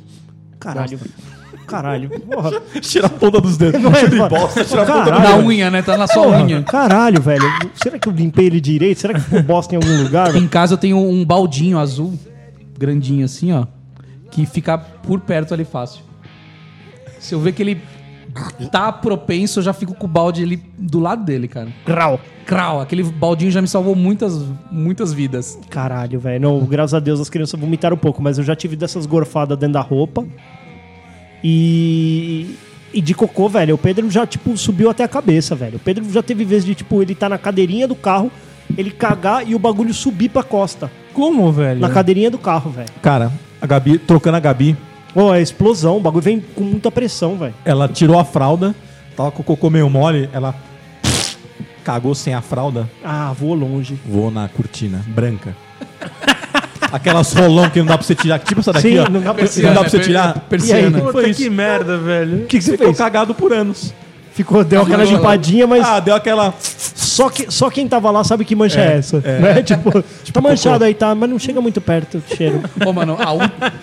S3: caralho, velho. caralho, porra.
S4: Tira a ponta dos dedos.
S3: Não é,
S4: Tira
S3: mano?
S4: de bosta, tira a ponta
S3: Caralho.
S2: Na unha, né? Tá na sua unha.
S3: Caralho, velho. Será que eu limpei ele direito? Será que ficou bosta em algum lugar?
S2: Em casa eu tenho um baldinho azul, grandinho assim, ó, que fica por perto ali fácil. Se eu ver que ele tá propenso, eu já fico com o balde ali do lado dele, cara.
S3: Grau.
S2: Crau, aquele baldinho já me salvou muitas, muitas vidas.
S3: Caralho, velho. Não, graças a Deus as crianças vomitaram um pouco, mas eu já tive dessas gorfadas dentro da roupa. E. E de cocô, velho. O Pedro já, tipo, subiu até a cabeça, velho. O Pedro já teve vezes de, tipo, ele tá na cadeirinha do carro, ele cagar e o bagulho subir pra costa.
S7: Como, velho?
S3: Na cadeirinha do carro, velho.
S4: Cara, a Gabi, trocando a Gabi,
S3: Ô, é explosão. O bagulho vem com muita pressão, velho.
S4: ela tirou a fralda, tava com o cocô meio mole, ela cagou sem a fralda,
S3: Ah, voou longe.
S4: voou na cortina branca. Aquelas rolão que não dá pra você tirar, tipo essa daqui,
S3: Sim,
S4: ó.
S3: não dá pra
S4: não dá pra você tirar.
S3: E
S2: Persiana.
S3: aí?
S7: Puta, que merda, velho.
S4: que, que você Ficou cagado por anos.
S3: é. Ficou, deu aquela
S2: Não, não, não.
S3: limpadinha, mas.
S4: Ah, deu aquela.
S3: Só, que, só quem tava lá sabe que mancha é, essa. Né? Tipo, tá manchado aí, tá? Mas não chega muito perto do cheiro.
S2: Pô, mano, a u-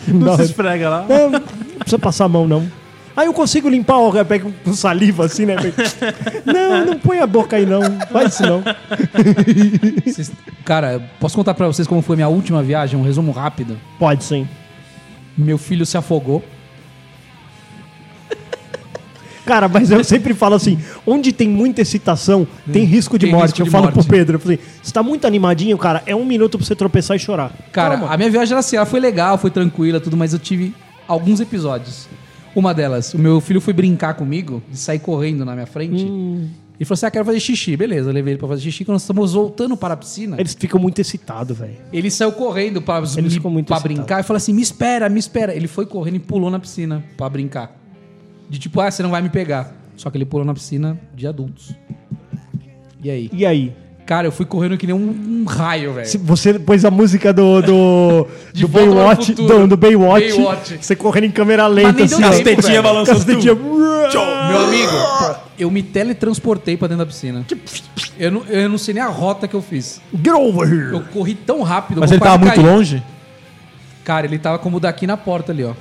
S3: Não,
S7: Não se esfrega lá.
S3: não, não precisa passar a mão, não. Aí eu consigo limpar, ó, eu pego com saliva assim, né? Não, não põe a boca aí, não. Faz isso, não.
S2: vocês- cara, posso contar pra vocês como foi minha última viagem? Um resumo rápido.
S3: Pode sim.
S2: Meu filho se afogou.
S3: Cara, mas eu sempre falo assim: onde tem muita excitação, tem risco de
S2: Tem
S3: morte.
S2: risco
S3: eu
S2: de
S3: falo
S2: morte.
S3: pro Pedro, eu falei, você tá muito animadinho, cara, é um minuto pra você tropeçar e chorar.
S2: Cara, a minha viagem era assim, ela foi legal, foi tranquila, tudo, mas eu tive alguns episódios. Uma delas, o meu filho foi brincar comigo, de sair correndo na minha frente. E falou assim: ah, quero fazer xixi. Beleza, eu levei ele pra fazer xixi. Quando nós estamos voltando para a piscina, ele,
S3: Eles ficam muito excitados, velho.
S2: saiu correndo pra, me-
S3: ficam muito
S2: pra
S3: excitados.
S2: brincar e falou assim: me espera, me espera. Ele foi correndo e pulou na piscina pra brincar. De tipo, ah, você não vai me pegar. Só que ele pulou na piscina de adultos. E aí?
S3: E aí?
S2: Cara, eu fui correndo que nem um, um raio, velho.
S3: Se você pôs a música do, do,
S2: De volta para o
S3: do Baywatch,
S2: futuro.
S3: do, do Baywatch,
S2: Baywatch.
S3: você correndo em câmera lenta,
S2: Mas nem
S3: assim,
S2: deu
S3: ó,
S4: As
S2: tempo,
S4: tetinhas
S2: velho.
S3: com as
S4: balançando. tudo.
S3: tetinhas-
S2: Meu amigo, eu me teletransportei pra dentro da piscina. Eu não, eu não sei nem a rota que eu fiz.
S3: Get over here.
S2: Eu corri tão rápido.
S4: Mas
S2: eu
S4: ele tava
S2: quase
S4: muito
S2: caí.
S4: longe?
S2: Cara, ele tava como daqui na porta ali, ó.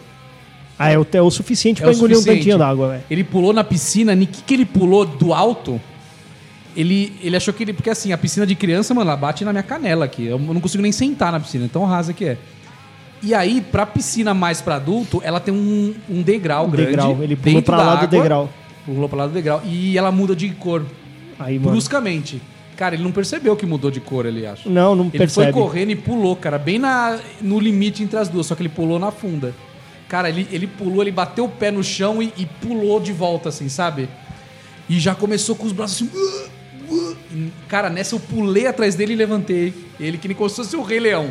S3: Ah, é o, é o suficiente
S2: É
S3: pra
S2: o
S3: engolir
S2: suficiente.
S3: um tantinho d'água, velho.
S2: Ele pulou na piscina, o que, que ele pulou do alto? Ele, ele achou que ele. Porque assim, a piscina de criança, mano, ela bate na minha canela aqui. Eu não consigo nem sentar na piscina, tão rasa que é. E aí, pra piscina mais pra adulto, ela tem um, um degrau
S3: Um
S2: grande.
S3: degrau, ele pulou
S2: dentro
S3: pra
S2: da
S3: lá do
S2: água,
S3: degrau.
S2: Pulou pra lá do degrau. E ela muda de cor,
S3: Aí, mano.
S2: bruscamente. Cara, ele não percebeu que mudou de cor, ele acha.
S3: Não, não
S2: Ele foi
S3: percebe.
S2: correndo e pulou, cara, bem na, no limite entre as duas, só que ele pulou na funda. Cara, ele, ele pulou, ele bateu o pé no chão e, e pulou de volta, assim, sabe? E já começou com os braços assim. "Uh, uh". E, Cara, nessa eu pulei atrás dele e levantei. Ele que nem como se fosse o Rei Leão.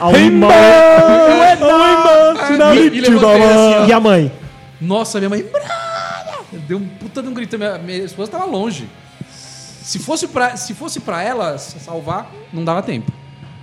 S3: A uma hora- é
S2: e, e levantei assim, ó.
S3: E a mãe?
S2: Nossa, minha mãe. "Brada!" Deu um puta de um grito. Minha, minha esposa tava longe. Se fosse, pra, se fosse pra ela se salvar, não dava tempo.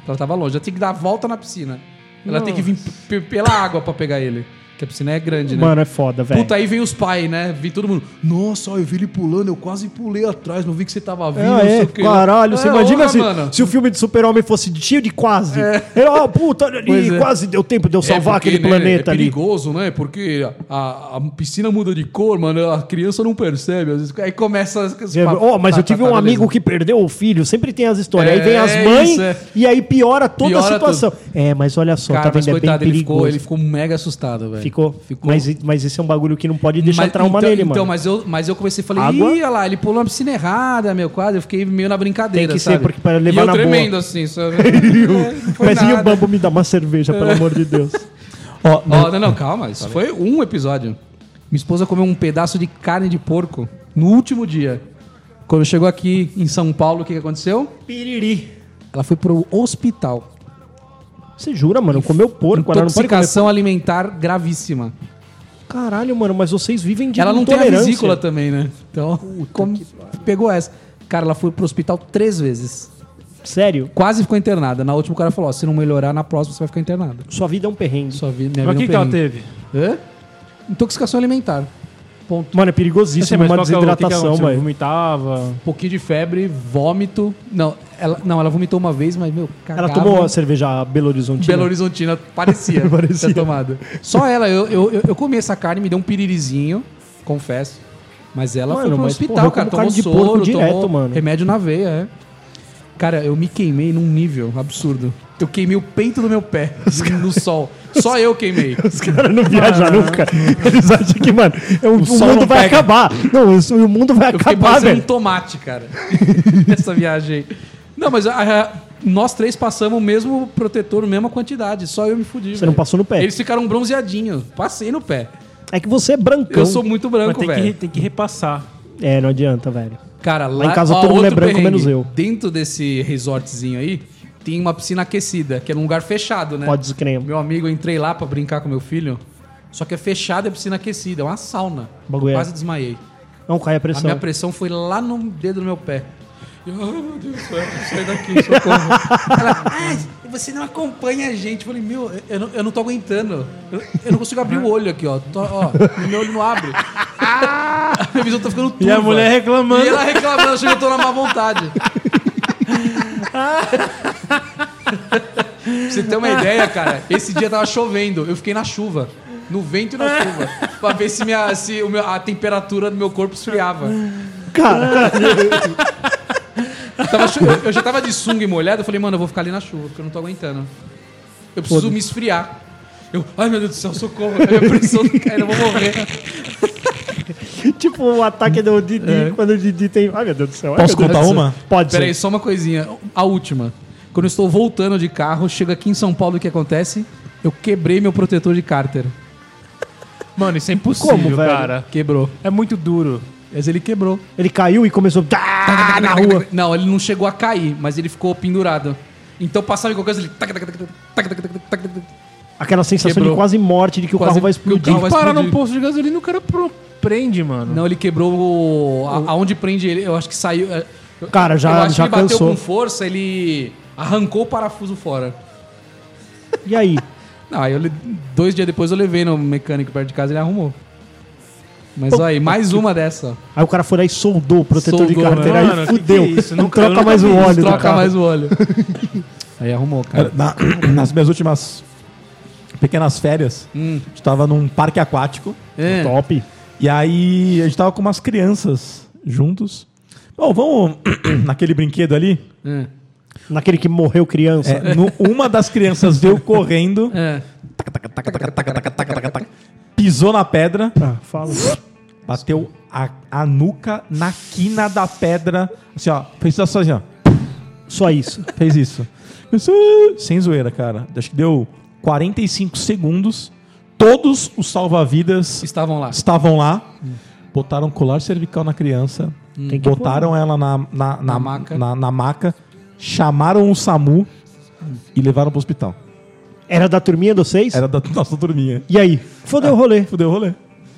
S2: Ela tava longe. Ela tem que dar a volta na piscina. Ela tem que vir p- pela água pra pegar ele. Porque a piscina é grande, né?
S3: Mano, é foda, velho.
S2: Puta, aí vem os pais, né? Vem todo mundo. Nossa, eu vi ele pulando, eu quase pulei atrás, não vi que você tava vindo, não
S3: Ah,
S2: sei
S3: é,
S2: o que.
S3: caralho, você
S2: É,
S3: imagina
S2: honra,
S3: se,
S2: mano.
S3: se o filme de super-homem fosse cheio de quase. É. ó, puta, olha
S2: Pois
S3: ali,
S2: é.
S3: quase deu tempo de eu salvar
S2: porque,
S3: aquele
S2: né,
S3: planeta
S2: é
S3: ali.
S2: perigoso, né? Porque a, a piscina muda de cor, mano, a criança não percebe. Às vezes, aí começa... as- as-
S3: É, Ó, mas
S2: tá,
S3: eu tive
S2: tá, tá,
S3: um
S2: beleza.
S3: amigo que perdeu o filho, sempre tem as histórias. aí vem
S2: É,
S3: as mães
S2: isso, é.
S3: e aí piora toda
S2: Piora
S3: a situação. É, mas olha só,
S2: Cara,
S3: tá
S2: mas
S3: vendo? É bem
S2: coitado, ele
S3: perigoso.
S2: ficou, ele ficou mega assustado, velho.
S3: ficou, Mas, mas esse é um bagulho que não pode deixar
S2: Mas-
S3: trauma
S2: então,
S3: nele,
S2: então,
S3: mano.
S2: mas eu, mas eu comecei e falei,
S3: Água?
S2: ih, olha lá, ele pulou na piscina errada, meu quadro. Eu fiquei meio na brincadeira,
S3: Tem que ser,
S2: sabe?
S3: porque para levar
S2: e eu
S3: na boa.
S2: tremendo, assim, sabe? É, não foi
S3: Mas e o
S2: nada.
S3: Bambo me dá uma cerveja, pelo amor de Deus.
S1: Ó,
S2: Ó, não, não, calma. Isso foi um episódio. Minha esposa comeu um pedaço de carne de porco no último dia. Quando chegou aqui em São Paulo, o que, que aconteceu?
S3: Piriri.
S2: Ela foi pro hospital.
S3: Você jura, mano? Comeu porco, ela não pode comer.
S2: Intoxicação alimentar gravíssima.
S3: Caralho, mano, mas vocês vivem de
S2: ela não tem a
S3: intolerância.
S2: vesícula também, né? Então, como- pegou essa. Cara, ela foi pro hospital três vezes.
S3: Sério,
S2: Quase ficou internada. Na última, o cara falou: ó, se não melhorar, na próxima você vai ficar internada.
S3: sua vida é um perrengue.
S2: Sua vida, minha
S7: Mas o
S2: vida
S7: que, que
S2: é um
S7: ela teve?
S2: perrengue. Hã? Intoxicação alimentar.
S3: Mano, é
S7: Eu sei,
S3: perigosíssimo
S7: mas
S3: uma
S7: qual que é o- o que que
S3: desidratação,
S7: aconteceu?
S3: velho.
S7: Vomitava.
S2: Um pouquinho de febre, vômito. Não, ela, não, ela vomitou uma vez, mas, meu, cagava.
S3: Ela tomou a cerveja Belo Horizonte. né?
S2: Belo Horizontina, parecia.
S3: Parecia.
S2: ter tomado. Só ela, eu, eu, eu- eu comi essa carne, me deu um piririzinho, confesso. Mas ela
S3: Mano,
S2: foi pro
S3: mas,
S2: hospital,
S3: porra, eu
S2: cara.
S3: como
S2: Tomou
S3: carne de
S2: soro,
S3: porco
S2: tomou
S3: direto, mano.
S2: remédio na veia, é. Cara, eu me queimei num nível absurdo. Eu queimei o peito do meu pé no sol. Só eu queimei.
S3: Os caras não viajam nunca. Eles acham que, mano, é um- o, mundo vai acabar. Não, isso- o mundo vai
S2: Eu fiquei
S3: acabar,
S2: parecendo um
S3: velho.
S2: tomate, cara. Essa viagem aí. Não, mas a- a- nós três passamos o mesmo protetor, mesma quantidade. Só eu me fudi.
S3: Você não
S2: velho.
S3: passou no pé.
S2: Eles ficaram bronzeadinhos. Passei no pé.
S3: É que você é brancão.
S2: Eu sou muito
S7: Mas
S2: branco,
S7: tem que,
S2: velho.
S7: tem que repassar.
S3: É, não adianta, velho.
S2: Cara, lá,
S3: em casa
S2: ó,
S3: todo mundo é
S2: outro
S3: branco, menos eu.
S2: Dentro desse resortzinho aí, tem uma piscina aquecida, que é num lugar fechado, né?
S3: Pode descrever.
S2: Meu amigo, eu entrei lá pra brincar com meu filho. Só que é fechado, é piscina aquecida, é uma sauna.
S3: Bagulho é.
S2: Quase desmaiei.
S3: Não cai a
S2: A
S3: pressão.
S2: minha pressão foi lá no dedo do meu pé. Eu, oh, meu Deus, do céu, sai daqui, socorro. Ela, ah, você não acompanha a gente. Eu falei, meu, eu não, eu não tô aguentando. Eu, eu não consigo abrir
S7: Ah.
S2: o olho aqui, ó. Tô- ó, meu olho não abre. A minha visão tá ficando turva.
S7: Ah! E a mulher reclamando.
S2: E ela reclamando, achando que eu tô na má vontade. pra você ter uma ideia, cara, esse dia tava chovendo, eu fiquei na chuva. No vento e na chuva. Pra ver se, minha, se o meu- a temperatura do meu corpo esfriava.
S3: Cara,
S2: Tava chu- eu- eu já tava de sunga e molhado, eu falei, mano, eu vou ficar ali na chuva, porque eu não tô aguentando. Eu preciso me esfriar. Eu, ai meu Deus do céu, socorro, a minha pressão tá caindo, eu vou morrer.
S3: tipo o ataque do Didi, quando o Didi tem... Ai, meu Deus do céu. Ai,
S1: Posso
S3: meu Deus
S1: contar
S3: do céu.
S1: uma?
S3: Pode
S2: Peraí,
S3: ser.
S2: só uma coisinha. A última. Quando eu estou voltando de carro, chego aqui em São Paulo, o que acontece? Eu quebrei meu protetor de cárter.
S7: Mano, isso é impossível,
S3: Como, velho?
S7: cara.
S2: Quebrou.
S7: É muito duro.
S2: Mas ele quebrou.
S3: Ele caiu e começou... Ah, na rua.
S2: Não, ele não chegou a cair, mas ele ficou pendurado. Então passava em qualquer coisa, ele... tac, tac, tac, tac, tac, tac, tac, tac, tac.
S3: Aquela sensação
S2: Quebrou.
S3: de quase morte, de que
S2: Quase
S3: o carro vai
S2: que o
S3: explodir.
S2: carro vai-
S7: Parar
S2: explodir.
S7: num posto de gasolina, o cara pro- prende, mano.
S2: Não, ele quebrou o... a- aonde prende ele. Eu acho que saiu... é, eu-
S3: Cara, já-
S2: Eu acho
S3: já
S2: que ele
S3: cansou.
S2: bateu com força, ele arrancou o parafuso fora.
S3: E aí?
S2: Não, aí eu le- dois dias depois eu levei no mecânico perto de casa e ele arrumou. Mas olha aí, mais uma dessa.
S3: Aí o cara foi lá e soldou o protetor de
S2: Soldou,
S3: carteira.
S7: mano.
S3: aí
S7: Mano, que
S3: fudeu.
S7: que é isso?
S3: Não
S7: Nunca- eu
S3: troca
S7: nunca
S3: mais o
S7: vi isso.
S3: óleo do
S2: Troca
S3: carro.
S2: mais o óleo. aí arrumou, cara.
S1: Na- nas minhas últimas pequenas férias,
S4: Hum.
S1: a gente tava num parque aquático.
S2: É.
S3: Top.
S1: E aí a gente tava com umas crianças juntos.
S4: Bom, vamos naquele brinquedo ali.
S3: Naquele que morreu criança.
S4: É, no- uma das crianças veio correndo,
S2: É.
S4: pisou na pedra,
S3: Ah, fala.
S4: bateu a, a nuca na quina da pedra. Assim, ó, fez só assim, ó.
S3: Só isso.
S4: Fez isso. Isso, Sem zoeira, cara. Acho que deu 45 segundos. Todos os salva-vidas
S2: Estavam lá.
S4: estavam lá, botaram colar cervical na criança,
S3: Hum. Tem que
S4: botaram ela na, na, na,
S2: Na maca.
S4: maca. Na, na maca, chamaram o SAMU e levaram pro hospital.
S3: Era da turminha dos seis?
S4: Era da nossa turminha.
S3: E aí? Fodeu o rolê.
S4: Fudeu o rolê.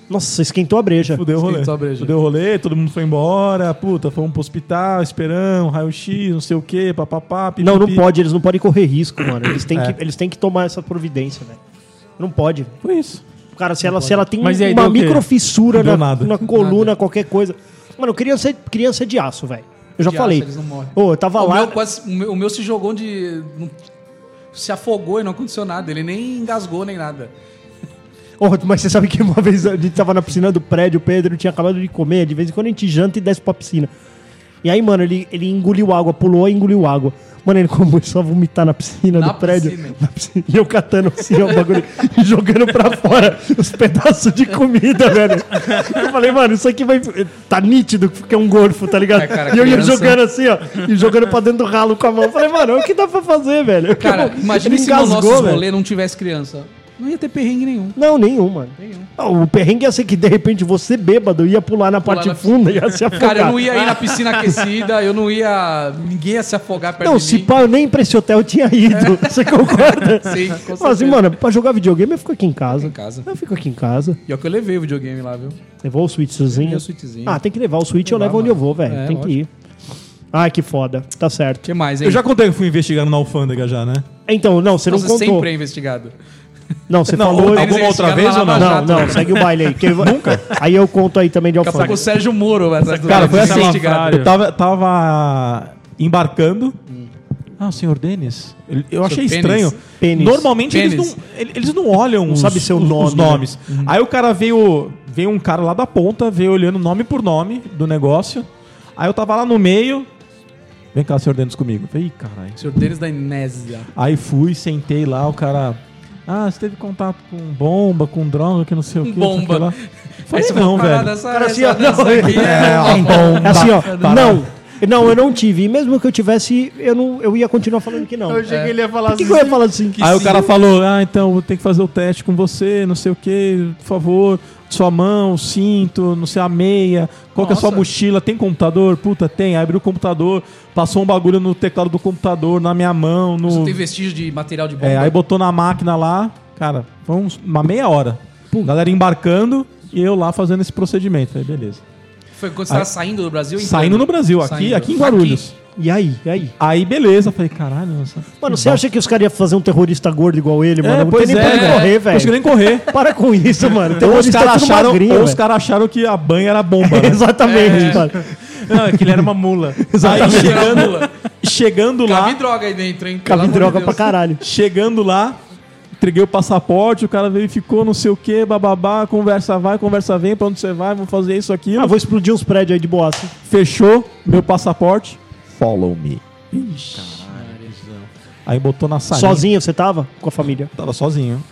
S3: Nossa, esquentou a breja.
S4: Fudeu o rolê.
S2: Esquentou a breja.
S4: Fudeu o rolê, todo mundo foi embora, puta, fomos pro hospital, esperamos, raio-x, não sei o quê, papapá, pipipi.
S3: Não, não pode, eles não podem correr risco, mano. Eles têm, que, eles têm que tomar essa providência, velho. Não pode.
S4: Foi isso.
S3: Cara, se ela, se ela tem
S7: Mas e aí,
S3: uma
S7: deu o quê?
S3: microfissura
S4: Deu
S3: na,
S4: nada.
S3: na coluna, qualquer coisa. Mano, criança, é- criança é de aço, velho. Eu já
S2: De aço,
S3: falei.
S2: eles não morrem.
S3: Ô, eu tava
S2: O
S3: lá.
S2: meu, quase, o, meu, o meu se jogou de. não- Se afogou e não aconteceu nada. Ele nem engasgou nem nada.
S3: Ô, mas você sabe que uma vez a gente tava na piscina do prédio, o Pedro tinha acabado de comer, de vez em quando a gente janta e desce pra piscina. E aí, mano, ele, ele engoliu água, pulou e engoliu água. Mano, ele começou a vomitar na piscina
S2: Na
S3: do prédio.
S2: piscina.
S3: Na piscina. E eu catando assim, ó, o bagulho, e jogando pra fora os pedaços de comida, velho. Eu falei, mano, isso aqui vai. Tá nítido que é um gorfo, tá ligado?
S2: É, cara,
S3: e eu ia
S2: criança-
S3: jogando assim, ó, e jogando pra dentro do ralo com a mão. Eu falei, mano, o que dá pra fazer, velho?
S2: Cara,
S3: Ele
S2: imagina se no
S3: engasgou,
S2: nosso
S3: velho.
S2: rolê não tivesse criança. Não ia ter perrengue nenhum.
S3: Não, nenhum, mano. Ah, O perrengue ia ser que de repente você bêbado ia pular na parte
S2: na piscina.
S3: funda e ia se afogar.
S2: Cara, eu não ia ir na piscina aquecida, eu não ia. Ninguém ia se afogar perto
S3: Não,
S2: de
S3: se
S2: mim.
S3: pá, eu nem pra esse hotel eu tinha ido. Você concorda?
S2: Sim, com
S3: Fala assim,
S2: certeza.
S3: mano, pra jogar videogame eu fico aqui em casa.
S2: Em casa.
S3: Eu fico aqui em casa.
S2: E ó, que eu levei o videogame lá, viu?
S3: Levou o
S2: Levei
S3: switchzinho.
S2: o switchzinho.
S3: Ah, tem que levar o switch, eu
S2: Levar,
S3: levo onde eu
S2: mano.
S3: vou, velho.
S2: É,
S3: tem que ir. Ai, que foda. Tá
S2: O
S3: certo.
S2: que mais, hein?
S4: Eu já contei que fui investigando na alfândega já, né?
S3: Então, não, você não
S2: Você
S3: contou.
S2: sempre é investigado.
S3: Não, você
S4: Não,
S3: falou.
S4: alguma
S2: Eles
S4: outra vez ou
S2: investigaram
S4: não?
S2: lá na
S3: Não,
S2: Jato,
S3: não,
S2: né?
S3: segue o baile aí. Nunca? Aí eu conto aí também de
S2: Com
S3: alfândega.
S2: o Sérgio Moro, essa
S4: Cara, foi assim,
S2: tá
S3: Ah,
S2: investigado.
S4: Eu tava, tava embarcando. Ah, o senhor Denis? Ele- Eu achei
S2: pênis.
S4: estranho.
S3: Pênis.
S4: Normalmente
S2: Pênis.
S4: Eles, não, ele- eles não olham os,
S3: sabe seu
S4: os- os
S3: nome, né?
S4: nomes. Aí o cara veio. Veio um cara lá da ponta, veio olhando nome por nome do negócio. Aí eu tava lá no meio. Vem cá, senhor Denis, comigo. Eu Falei, "Ih, caralho.
S2: Senhor Denis da Inésia.
S4: Aí fui, sentei lá, o cara. Ah, você teve contato com bomba, com droga, que não sei o que.
S2: Bomba.
S4: Lá.
S2: Aí
S4: Falei,
S2: você
S4: não,
S2: fala, "Parada,
S4: velho.
S2: Essa,
S3: Cara,
S2: essa,
S3: assim, ó,
S2: dança
S3: não,
S2: aqui é,
S4: um
S2: uma
S3: É assim, ó.
S4: Parado.
S3: Não. Não, eu não tive. E mesmo que eu tivesse, eu, não, eu ia continuar falando que não.
S7: Eu achei que ele ia falar
S3: Por que, que eu ia falar assim?
S4: É. Aí o cara falou: Ah, então vou ter que fazer o teste com você, não sei o que, por favor. Sua mão, cinto, não sei, a meia. Qual que é a sua
S2: Nossa.
S4: mochila? Tem computador? Puta, tem. Aí abriu o computador, passou um bagulho no teclado do computador, na minha mão. No...
S2: Isso tem vestígio de material de bomba.
S4: É, aí botou na máquina lá, cara, foi uns- uma meia hora. Galera embarcando e eu lá fazendo esse procedimento. Aí beleza.
S2: Foi quando você tava saindo do Brasil? entrando?
S4: Saindo no Brasil, aqui,
S2: Saindo.
S4: aqui em Guarulhos.
S3: E aí? E aí?
S4: Aí beleza, falei, caralho, nossa.
S3: Mano, você acha que os caras iam fazer um terrorista gordo igual ele, mano?
S4: É,
S3: não
S4: pois
S3: tem nem
S4: é,
S3: pra
S4: é.
S3: ele correr, Então
S4: Não consegui
S3: velho.
S4: nem correr.
S3: Para com isso, mano.
S4: Ou os
S3: Terrorista é
S4: caras
S3: tudo
S4: acharam,
S3: magrinho,
S4: ou os
S3: velho.
S4: caras acharam que a banha era bomba, né?
S3: Exatamente,
S2: É.
S3: mano.
S7: Não, é que ele era uma mula.
S4: Aí
S3: Exatamente.
S4: chegando, chegando
S2: Tá Cabe
S4: lá,
S2: droga aí dentro, hein? Pelo
S3: Cabe
S2: amor de
S3: droga pra
S2: Deus.
S3: caralho.
S4: chegando lá, entreguei o passaporte, o cara veio e ficou, não sei o que, bababá, conversa vai, conversa vem, pra onde você vai, vou fazer isso, aquilo.
S3: Ah, vou explodir uns prédios aí de boassa.
S4: fechou meu passaporte. Follow me. Ixi. Aí botou na salinha.
S3: Sozinho você tava? Com a família?
S4: Tava sozinho.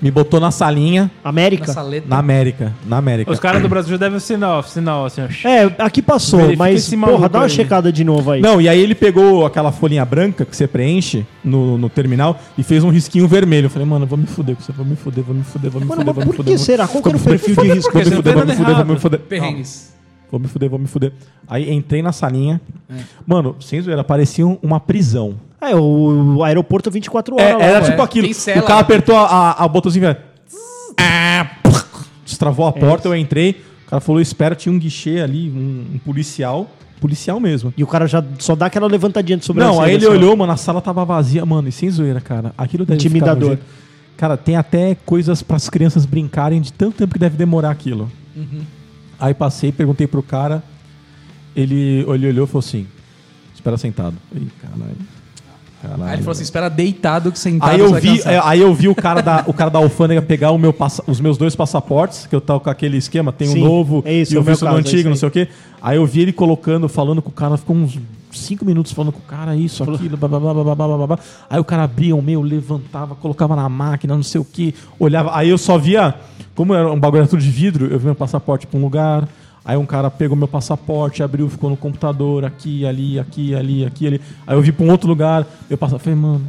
S4: Me botou na salinha
S3: América?
S2: Na saleta.
S4: na América. Na América.
S7: Os caras do Brasil já devem o sinal, sinal assim, ó.
S3: É, aqui passou,
S7: Verifica
S3: mas
S7: esse
S3: porra,
S7: maluco
S3: dá uma
S7: aí.
S3: checada de novo aí.
S4: Não, e aí ele pegou aquela folhinha branca que você preenche no, no terminal e fez um risquinho vermelho. Eu falei, mano, eu vou me fuder com você, vou me fuder, vou me fuder, vou me
S3: mano,
S4: fuder, vou
S3: mas
S4: me
S3: por
S4: fuder.
S3: que
S4: vou-
S3: será? Qual que era o perfil de risco?
S4: Vou me fuder, vou me
S7: Tá
S4: fuder, vou me
S7: errado.
S4: fuder.
S2: Perrengues.
S4: Vou me fuder, vou me fuder. Aí entrei na salinha. Mano, sem zoeira, parecia um- uma prisão.
S3: É, o, o aeroporto 24 horas.
S4: É,
S3: lá,
S4: era
S3: mano.
S4: tipo
S2: é.
S4: aquilo.
S2: Tem cela.
S4: o cara apertou a, a, a botãozinha. Ah, puf, Destravou a porta, eu entrei. O cara falou: espera, tinha um guichê ali, um, um policial. Policial mesmo.
S3: E o cara já só dá aquela levantadinha de sobrancelha.
S4: Não, aí ele
S3: assim, ó.
S4: olhou, mano, a sala tava vazia, mano, e sem zoeira, cara. Aquilo deve
S3: Intimidador.
S4: ficar de um jeito- Cara, tem até coisas pras crianças brincarem de tanto tempo que deve demorar aquilo. Aí passei, perguntei pro cara. Ele olhou, olhou e falou assim: espera sentado. Ih, caralho.
S2: Aí ele falou assim: espera deitado que sentado
S4: Aí eu,
S2: você vai
S4: vi,
S2: cansar.
S4: é, aí eu vi o cara da, o cara da alfândega pegar o meu passa- os meus dois passaportes, que eu tava com aquele esquema, tem o
S3: Sim,
S4: novo
S3: é isso,
S4: e
S3: é
S4: o
S3: o meu
S4: visto do
S3: caso, é
S4: antigo,
S3: isso
S4: não
S3: aí.
S4: sei o quê. Aí eu vi ele colocando, falando com o cara, ficou uns cinco minutos falando com o cara, isso, aquilo, blá, blá, blá, blá, blá, blá, blá, blá. Aí o cara abria o meu, levantava, colocava na máquina, não sei o quê, olhava. Aí eu só via, como era um bagulho era tudo de vidro, eu vi meu passaporte pra um lugar. Aí um cara pegou meu passaporte, abriu, ficou no computador, aqui, ali, aqui, ali, aqui, ali. Aí eu vi pra um outro lugar, eu passava, falei, mano,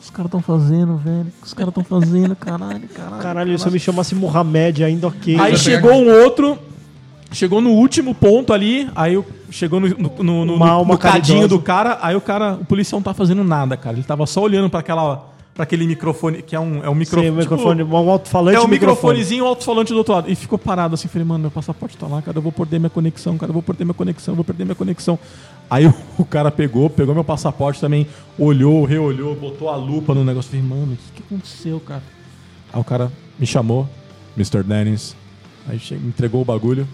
S4: os caras estão fazendo, velho. Os caras estão fazendo, caralho, caralho.
S3: Caralho, se eu me chamasse Mohamed ainda ok.
S4: Aí
S2: Vai
S4: chegou um outro, chegou no último ponto ali, aí eu- chegou no, no, no- no-
S3: Uma alma
S4: no cadinho
S3: caridosa.
S4: do cara, aí o cara, o policial não tá fazendo nada, cara. Ele tava só olhando pra aquela, para aquele microfone, que é um, é um
S3: Sim,
S4: microfone. tipo,
S3: microfone, um alto-falante
S4: É um
S3: e microfone.
S4: microfonezinho alto-falante do outro lado. E ficou parado assim, falei, mano, meu passaporte tá lá, cara, eu vou perder minha conexão, cara, eu vou perder minha conexão, eu vou perder minha conexão. Aí o, o cara pegou, pegou meu passaporte também, olhou, reolhou, botou a lupa no negócio. Falei, mano, o que, que aconteceu, cara? Aí o cara me chamou, Mr. Dennis. Aí che- me entregou o bagulho,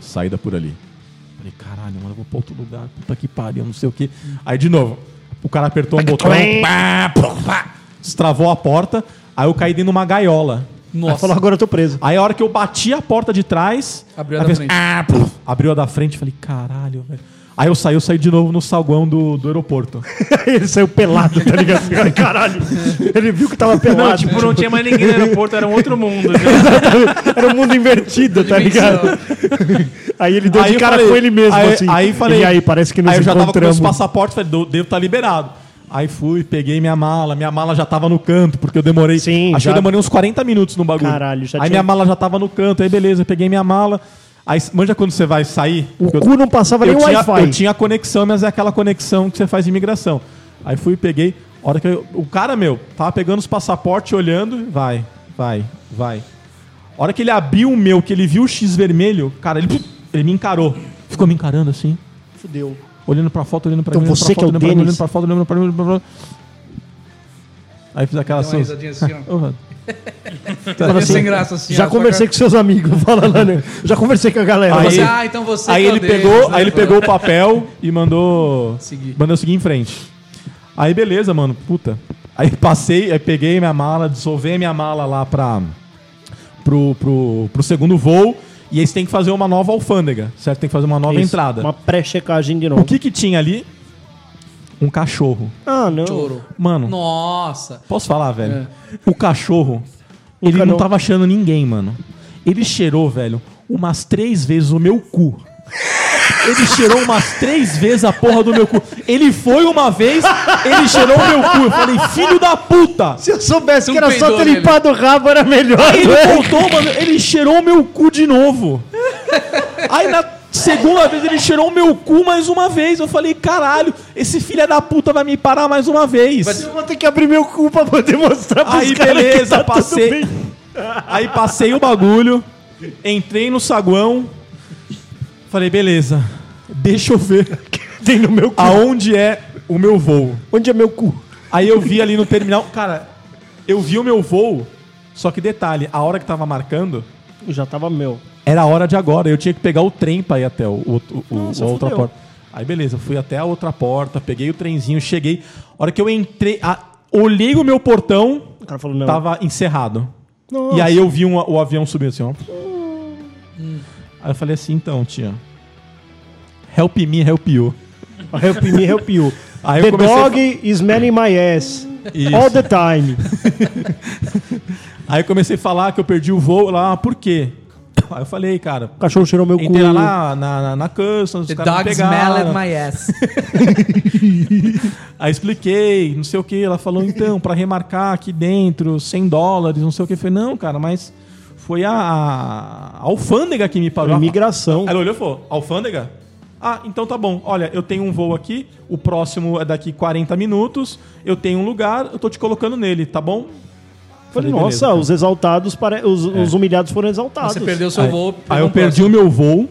S4: saída por ali. Falei, caralho, mano, eu vou pra outro lugar, puta que pariu, não sei o quê. Aí de novo, o cara apertou um botão, pá, pá, pá, destravou a porta, aí eu caí dentro de uma gaiola.
S3: Ela falou, agora eu tô preso.
S4: Aí a hora que eu bati a porta de trás,
S2: Abriu
S4: ela
S2: a da
S4: fez,
S2: frente.
S4: "Ah", puf, abriu a da frente, falei, caralho, velho. Aí eu saí, eu saí de novo no salgão do, do aeroporto.
S3: ele saiu pelado, tá ligado? Ai, Caralho. Ele viu que tava pelado.
S7: Não, tipo, não tinha mais ninguém no aeroporto, era um outro mundo. né?
S3: Era um mundo invertido, tá ligado? Aí ele deu
S4: Aí
S3: de
S4: eu
S3: cara
S4: falei-
S3: com ele mesmo,
S4: aí,
S3: assim.
S4: Aí falei.
S3: E aí, parece que nos
S4: Aí eu já tava com
S3: encontramos.
S4: meus passaportes, falei, "Deu- devo estar liberado. Aí fui, peguei minha mala, minha mala já tava no canto, porque eu demorei.
S3: Sim,
S4: acho que
S3: já-
S4: eu demorei uns 40 minutos no bagulho.
S3: Caralho, já
S4: Aí minha
S3: tinha-
S4: mala já tava no canto, aí beleza, eu peguei minha mala. Aí, manja quando você vai sair.
S3: O
S4: porque eu-
S3: cu não passava nem
S4: eu
S3: o
S4: tinha, eu
S3: Wi-Fi.
S4: tinha conexão, mas é aquela conexão que você faz de imigração. Aí fui, peguei. A hora que eu- o cara, meu, tava pegando os passaportes, olhando. Vai, vai, vai. A hora que ele abriu o meu, que ele viu o X vermelho, cara, ele, ele me encarou. Ficou me encarando assim,
S3: Fudeu.
S4: olhando pra foto, olhando pra
S3: Então
S4: mim, olhando pra
S3: você que
S4: foto,
S3: é o
S4: olhando pra mim,
S3: Dennis?
S4: olhando pra foto, olhando pra mim, olhando pra foto. Aí fiz aquela
S2: Deu uma
S4: assim.
S2: risadinha Tá assim, ó.
S4: Ô, mano.
S2: Fazia sem graça assim.
S3: Já conversei com seus amigos, fala lá, né? Já conversei com a galera.
S4: Aí-
S3: Mas-
S2: você. Ah, então você.
S4: aí
S2: que é o
S4: ele
S2: Deus,
S4: pegou,
S2: né?
S4: aí ele pegou o papel e mandou
S2: Seguir.
S4: mandou eu seguir em frente. Aí beleza, mano, puta. Aí passei, aí peguei minha mala, dissolvei minha mala lá pra pro, pro, pro segundo voo e aí você tem que fazer uma nova alfândega, certo? Tem que fazer uma nova
S3: Isso,
S4: entrada.
S3: Uma pré-checagem de
S4: O
S3: novo.
S4: que que tinha ali? Um cachorro.
S3: Ah, não.
S2: Choro.
S4: Mano,
S2: Nossa.
S4: Posso falar, velho? O cachorro, ele
S3: Nunca
S4: não
S3: não.
S4: tava achando ninguém, mano. Ele cheirou, velho, umas três vezes o meu cu. Ele cheirou umas três vezes a porra do meu cu. Ele foi uma vez, ele cheirou o meu cu. Eu falei, filho da puta!
S3: Se eu soubesse
S2: Não
S3: que era só
S2: peidou
S3: ter
S2: nele.
S3: limpado o rabo, era melhor.
S4: Ele
S3: né?
S4: voltou, mano, ele cheirou o meu cu de novo. Aí na segunda vez ele cheirou o meu cu mais uma vez. Eu falei, caralho, esse filho da puta vai me parar mais uma vez.
S3: Eu vou ter que abrir meu cu pra poder mostrar pros
S4: Aí
S3: caras que
S4: beleza,
S3: tá tudo
S4: passei.
S3: bem.
S4: Aí passei o bagulho, entrei no saguão, falei, beleza, deixa eu ver
S3: Tem no meu cu.
S4: aonde é o meu voo.
S3: Onde é meu cu?
S4: Aí eu vi ali no terminal, cara, eu vi o meu voo, só que detalhe, a hora que tava marcando
S3: Já tava meu.
S4: era a hora de agora, eu tinha que pegar o trem pra ir até o, o- o- o-
S3: Nossa,
S4: a outra
S3: fudeu.
S4: porta. Aí beleza, fui até a outra porta, peguei o trenzinho, cheguei. A hora que eu entrei, a- olhei o meu portão,
S3: O cara falou, não.
S4: tava encerrado.
S3: Nossa.
S4: E aí eu vi um- o avião subindo assim, ó. Aí eu falei assim, então, tia. Help me, help you.
S3: Help me, help you.
S4: Aí
S3: the
S4: eu comecei a
S3: dog is manning my ass.
S4: Isso.
S3: All the time.
S4: Aí eu comecei a falar que eu perdi o voo lá, por quê? Aí eu falei, cara,
S3: O cachorro cheirou meu cu.
S4: entrei lá na, na, na, na Customs, os
S2: The
S4: caras me
S2: dog smelled
S4: pegaram.
S2: my ass.
S4: Aí expliquei, não sei o que. Ela falou, então, pra remarcar aqui dentro, 100 dólares, não sei o que. Eu falei, não, cara, mas foi a, a alfândega que me parou.
S3: Imigração.
S4: Ela olhou e falou: Alfândega? Ah, então tá bom. Olha, eu tenho um voo aqui, o próximo é daqui 40 minutos, eu tenho um lugar, eu tô te colocando nele, tá bom? Falei,
S3: Falei, nossa,
S4: beleza, cara.
S3: os exaltados, pare... os, os humilhados foram exaltados.
S2: Você perdeu seu voo.
S4: Aí eu perdi o meu voo.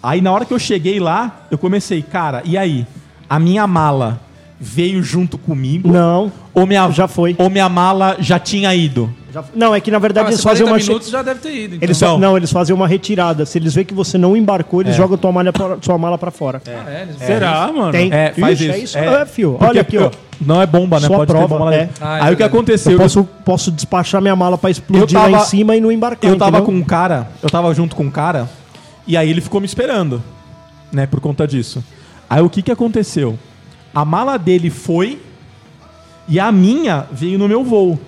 S4: Aí na hora que eu cheguei lá, eu comecei, cara, e aí? A minha mala veio junto comigo?
S3: Não.
S4: Ou minha,
S3: Já foi.
S4: Ou minha mala já tinha ido?
S3: Já- Não, é que na verdade
S2: Ah, mas
S3: eles fazem uma. che-
S2: minutos já deve ter ido. Então.
S3: Eles fa- Não, eles fazem uma retirada. Se eles veem que você não embarcou, eles jogam tua malha pra- sua mala pra fora.
S2: Ah, é, eles-
S7: Será, mano?
S3: Tem.
S4: É, faz
S3: Ixi,
S4: isso.
S3: É isso. É, fio. Olha aqui, ó.
S4: Não é bomba, né?
S3: Só
S4: Pode ter
S3: prova,
S4: bomba lá
S3: é.
S4: dentro.
S2: Ah,
S4: Aí
S2: é
S4: o que
S2: verdade.
S4: aconteceu? né?
S3: Eu posso, posso despachar minha mala pra explodir
S4: Eu tava-
S3: lá em cima e não embarcar.
S4: Eu tava
S3: entendeu?
S4: com um cara, eu tava junto com um cara, e aí ele ficou me esperando, né, por conta disso. Aí o que que aconteceu? A mala dele foi e a minha veio no meu voo.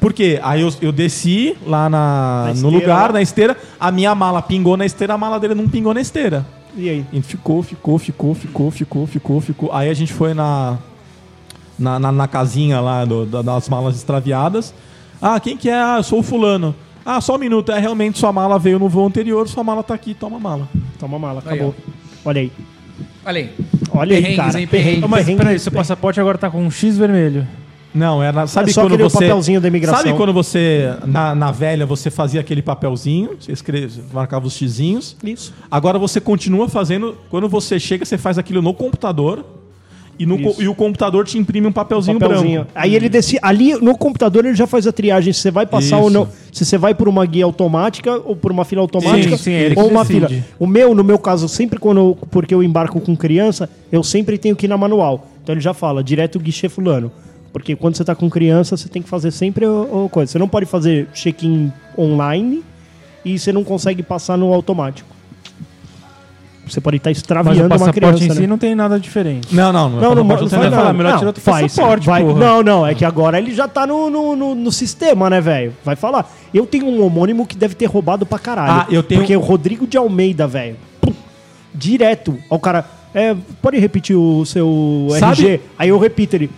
S4: Por quê? Aí eu, eu desci lá na,
S3: Na
S4: no
S3: esteira,
S4: lugar,
S3: lá.
S4: na esteira, a minha mala pingou na esteira, a mala dele não pingou na esteira.
S3: E aí?
S4: E ficou, ficou, ficou, ficou, ficou, ficou, ficou. Aí a gente foi na. Na, na, na casinha lá do- da- das malas extraviadas. Ah, quem que é? Ah, eu sou o fulano. Ah, só um minuto. É, realmente sua mala veio no voo anterior, sua mala tá aqui, toma a mala.
S3: Toma a mala,
S2: Aí,
S3: acabou. Olha aí.
S2: Olha aí.
S3: Olha aí,
S2: Perrengues,
S3: cara.
S2: hein, perrengues.
S3: Perrengue,
S7: Mas
S3: perrengue.
S7: peraí, seu passaporte agora tá com um X vermelho.
S4: Não, era. Sabe
S3: É só
S4: quando
S3: aquele
S4: você.
S3: papelzinho da imigração.
S4: Sabe quando você. Na, na velha, você fazia aquele papelzinho, você escreve, marcava os xizinhos.
S3: Isso.
S4: Agora você continua fazendo. Quando você chega, você faz aquilo no computador. E, no, co-
S3: Isso.
S4: e o computador te imprime um papelzinho,
S3: Papelzinho.
S4: branco.
S3: Aí ele desce. Ali no computador ele já faz a triagem se você vai passar ou
S4: Isso.
S3: não. Se você vai por uma guia automática ou por uma fila automática
S7: Sim, sim, ele
S3: ou
S7: que
S3: uma
S7: decide.
S3: fila. O meu, no meu caso, sempre quando eu- porque eu embarco com criança, eu sempre tenho que ir na manual. Então ele já fala direto guichê fulano. Porque quando você tá com criança, você tem que fazer sempre o, o coisa. Você não pode fazer check-in online e você não consegue passar no automático. Você pode estar
S7: Mas o
S3: extraviando uma
S7: passaporte
S3: criança.
S7: em
S3: né?
S7: si não tem nada diferente.
S4: Não, não, não. é
S3: Não, não,
S4: papel
S3: não,
S4: branco,
S3: não
S4: você
S3: faz
S4: vai
S3: nada.
S4: falar,
S7: melhor
S3: não,
S7: tirar outro
S3: faz,
S7: passaporte,
S3: vai.
S7: porra.
S3: Não, não, é que agora ele já tá no, no, no, no sistema, né, velho? Vai falar. Eu tenho um homônimo que deve ter roubado pra caralho.
S4: Ah, eu tenho-
S3: Porque o Rodrigo de Almeida, velho. pum, Direto ao cara. É, pode repetir o seu
S4: Sabe-
S3: RG? Aí eu repito ele.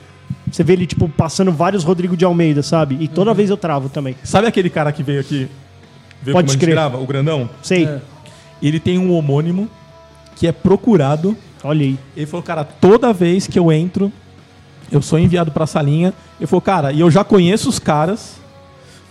S3: Você vê ele, tipo, passando vários Rodrigo de Almeida, sabe? E
S4: Uhum.
S3: toda vez eu travo também.
S4: Sabe aquele cara que veio aqui? Veio
S3: Pode
S4: como a gente
S3: crer.
S4: grava, o grandão?
S3: Sei.
S4: Ele tem um homônimo que é procurado.
S3: Olha aí.
S4: Ele falou, cara, toda vez que eu entro, eu sou enviado pra salinha. Ele falou, cara, e eu já conheço os caras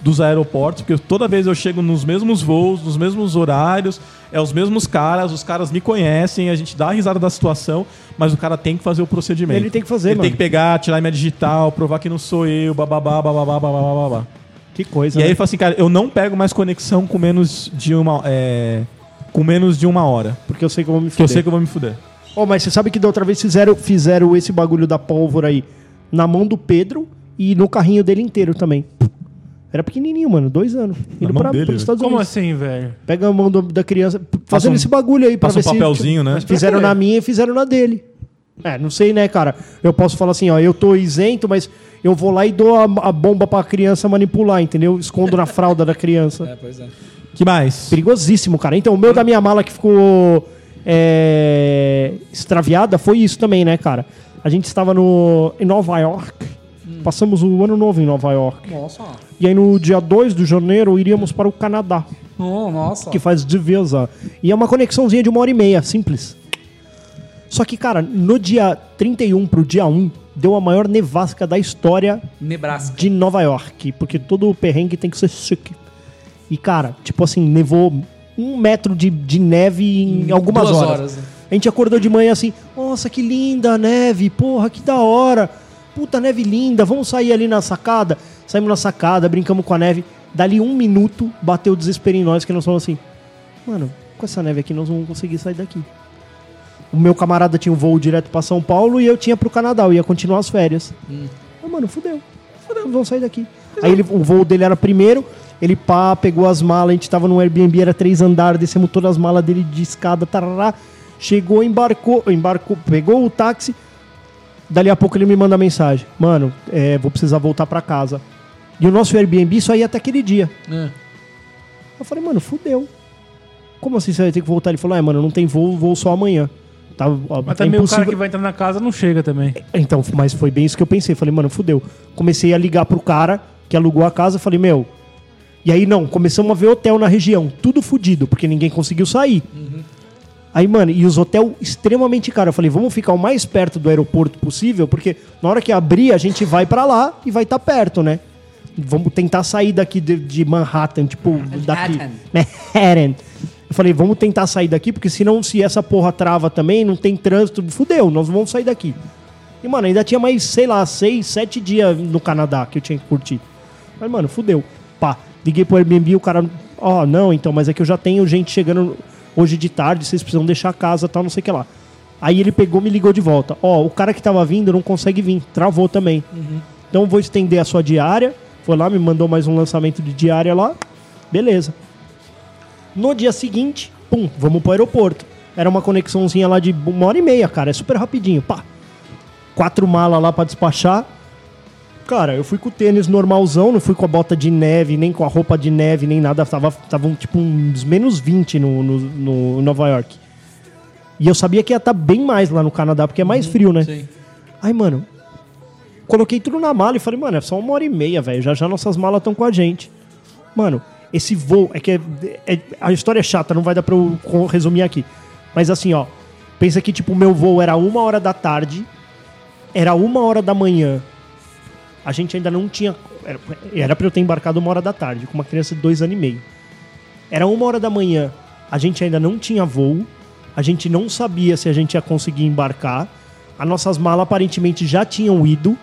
S4: dos aeroportos, porque toda vez eu chego nos mesmos voos, nos mesmos horários, é os mesmos caras, os caras me conhecem, a gente dá a risada da situação, mas o cara tem que fazer o procedimento.
S3: Ele tem que fazer,
S4: Ele tem
S3: mano.
S4: que pegar, tirar minha digital, provar que não sou eu, bababá, bababá, bababá, bababá.
S3: Que coisa.
S4: E aí
S3: né?
S4: ele fala assim, cara, eu não pego mais conexão com menos de uma. é, com menos de uma hora.
S3: Porque eu sei que eu vou me
S4: Que eu
S3: fuder.
S4: sei que eu vou me fuder.
S3: Ô, mas você sabe que da outra vez fizeram, fizeram esse bagulho da pólvora aí na mão do Pedro e no carrinho dele inteiro também. Era pequenininho, mano, dois anos. Indo
S4: mão
S3: pra,
S4: dele,
S3: pros Estados
S7: Como
S3: Unidos.
S7: assim, velho?
S3: Pega a mão do- da criança, p- fazendo
S4: um-
S3: esse bagulho aí pra
S4: passa
S3: ver
S4: um papelzinho,
S3: se,
S4: né?
S3: Mas Fizeram na minha e fizeram na dele. É, não sei, né, cara? Eu posso falar assim, ó, eu tô isento, mas eu vou lá e dou a, a bomba pra criança manipular, entendeu? Escondo na fralda da criança.
S2: É, pois é.
S4: Que mais?
S3: Perigosíssimo, cara. Então, o meu da minha mala que ficou é, extraviada foi isso também, né, cara? A gente estava no, em Nova York. Passamos o ano novo em Nova York.
S2: Nossa.
S3: E aí, no dia 2 de janeiro, iríamos para o Canadá,
S2: Oh, nossa.
S3: que faz divisa. E é uma conexãozinha de uma hora e meia, simples. Só que, cara, no dia 31 pro dia 1, deu a maior nevasca da história
S2: Nebraska.
S3: de Nova York, porque todo perrengue tem que ser chique. E, cara, tipo assim, nevou um metro de, de neve em algumas
S2: duas
S3: horas.
S2: horas, né?
S3: A gente acordou de manhã assim, nossa, que linda a neve, porra, que da hora. Puta neve linda, vamos sair ali na sacada? Saímos na sacada, brincamos com a neve. Dali um minuto, bateu o desespero em nós, que nós falamos assim, mano, com essa neve aqui nós não vamos conseguir sair daqui. O meu camarada tinha um voo direto pra São Paulo e eu tinha pro Canadá, eu ia continuar as férias. Ah, mano, fudeu. Fudeu, vamos sair daqui. Aí ele, o voo dele era primeiro, ele pá, pegou as malas, a gente tava num Airbnb, era três andares, descemos todas as malas dele de escada, tarará. Chegou, embarcou, embarcou, pegou o táxi. Dali a pouco ele me manda mensagem. Mano, é, vou precisar voltar pra casa. E o nosso Airbnb só ia até aquele dia.
S7: É.
S2: Ah.
S3: Eu falei, mano, fudeu. Como assim você vai ter que voltar? Ele falou, é, mano, não tem voo, voo só amanhã. Tá, ó, é
S7: Mas também o cara
S3: impossível-
S7: que vai entrar na casa não chega também.
S3: então, mas foi bem isso que eu pensei. Falei, mano, fudeu. Comecei a ligar pro cara que alugou a casa. Falei, meu. E aí, não, começamos a ver hotel na região. Tudo fudido, porque ninguém conseguiu sair. Aí, mano, e os hotel extremamente caros. Eu falei, vamos ficar o mais perto do aeroporto possível, porque na hora que abrir, a gente vai pra lá e vai estar perto, né? Vamos tentar sair daqui de, de Manhattan, tipo, daqui. Manhattan. Eu falei, vamos tentar sair daqui, porque senão, se essa porra trava também, não tem trânsito, fudeu, nós vamos sair daqui. E, mano, ainda tinha mais, sei lá, seis, sete dias no Canadá que eu tinha que curtir. Mas, mano, fudeu. Pá, liguei pro Airbnb, o cara, ó, não, então, mas é que eu já tenho gente chegando hoje de tarde, vocês precisam deixar a casa, tal, não sei o que lá. Aí ele pegou, me ligou de volta. Ó, o cara que tava vindo não consegue vir, travou também. Então eu vou estender a sua diária. Foi lá, me mandou mais um lançamento de diária lá. Beleza. No dia seguinte, pum, vamos pro aeroporto. Era uma conexãozinha lá de uma hora e meia, cara. É super rapidinho. Pá. Quatro malas lá pra despachar. Cara, eu fui com o tênis normalzão, não fui com a bota de neve, nem com a roupa de neve, nem nada. Tava, tava um, tipo uns menos 20 no, no, no Nova York. E eu sabia que ia estar bem mais lá no Canadá, porque é mais frio, né?
S2: Sim.
S3: Aí, mano, coloquei tudo na mala e falei, mano, é só uma hora e meia, velho. Já já nossas malas estão com a gente. Mano, esse voo é que é, é- a história é chata, não vai dar pra eu co- resumir aqui. Mas assim, ó, pensa que tipo o meu voo era uma hora da tarde, era uma hora da manhã. A gente ainda não tinha. Era, era pra eu ter embarcado uma hora da tarde, com uma criança de dois anos e meio. Era uma hora da manhã, a gente ainda não tinha voo, a gente não sabia se a gente ia conseguir embarcar, as nossas malas aparentemente já tinham ido,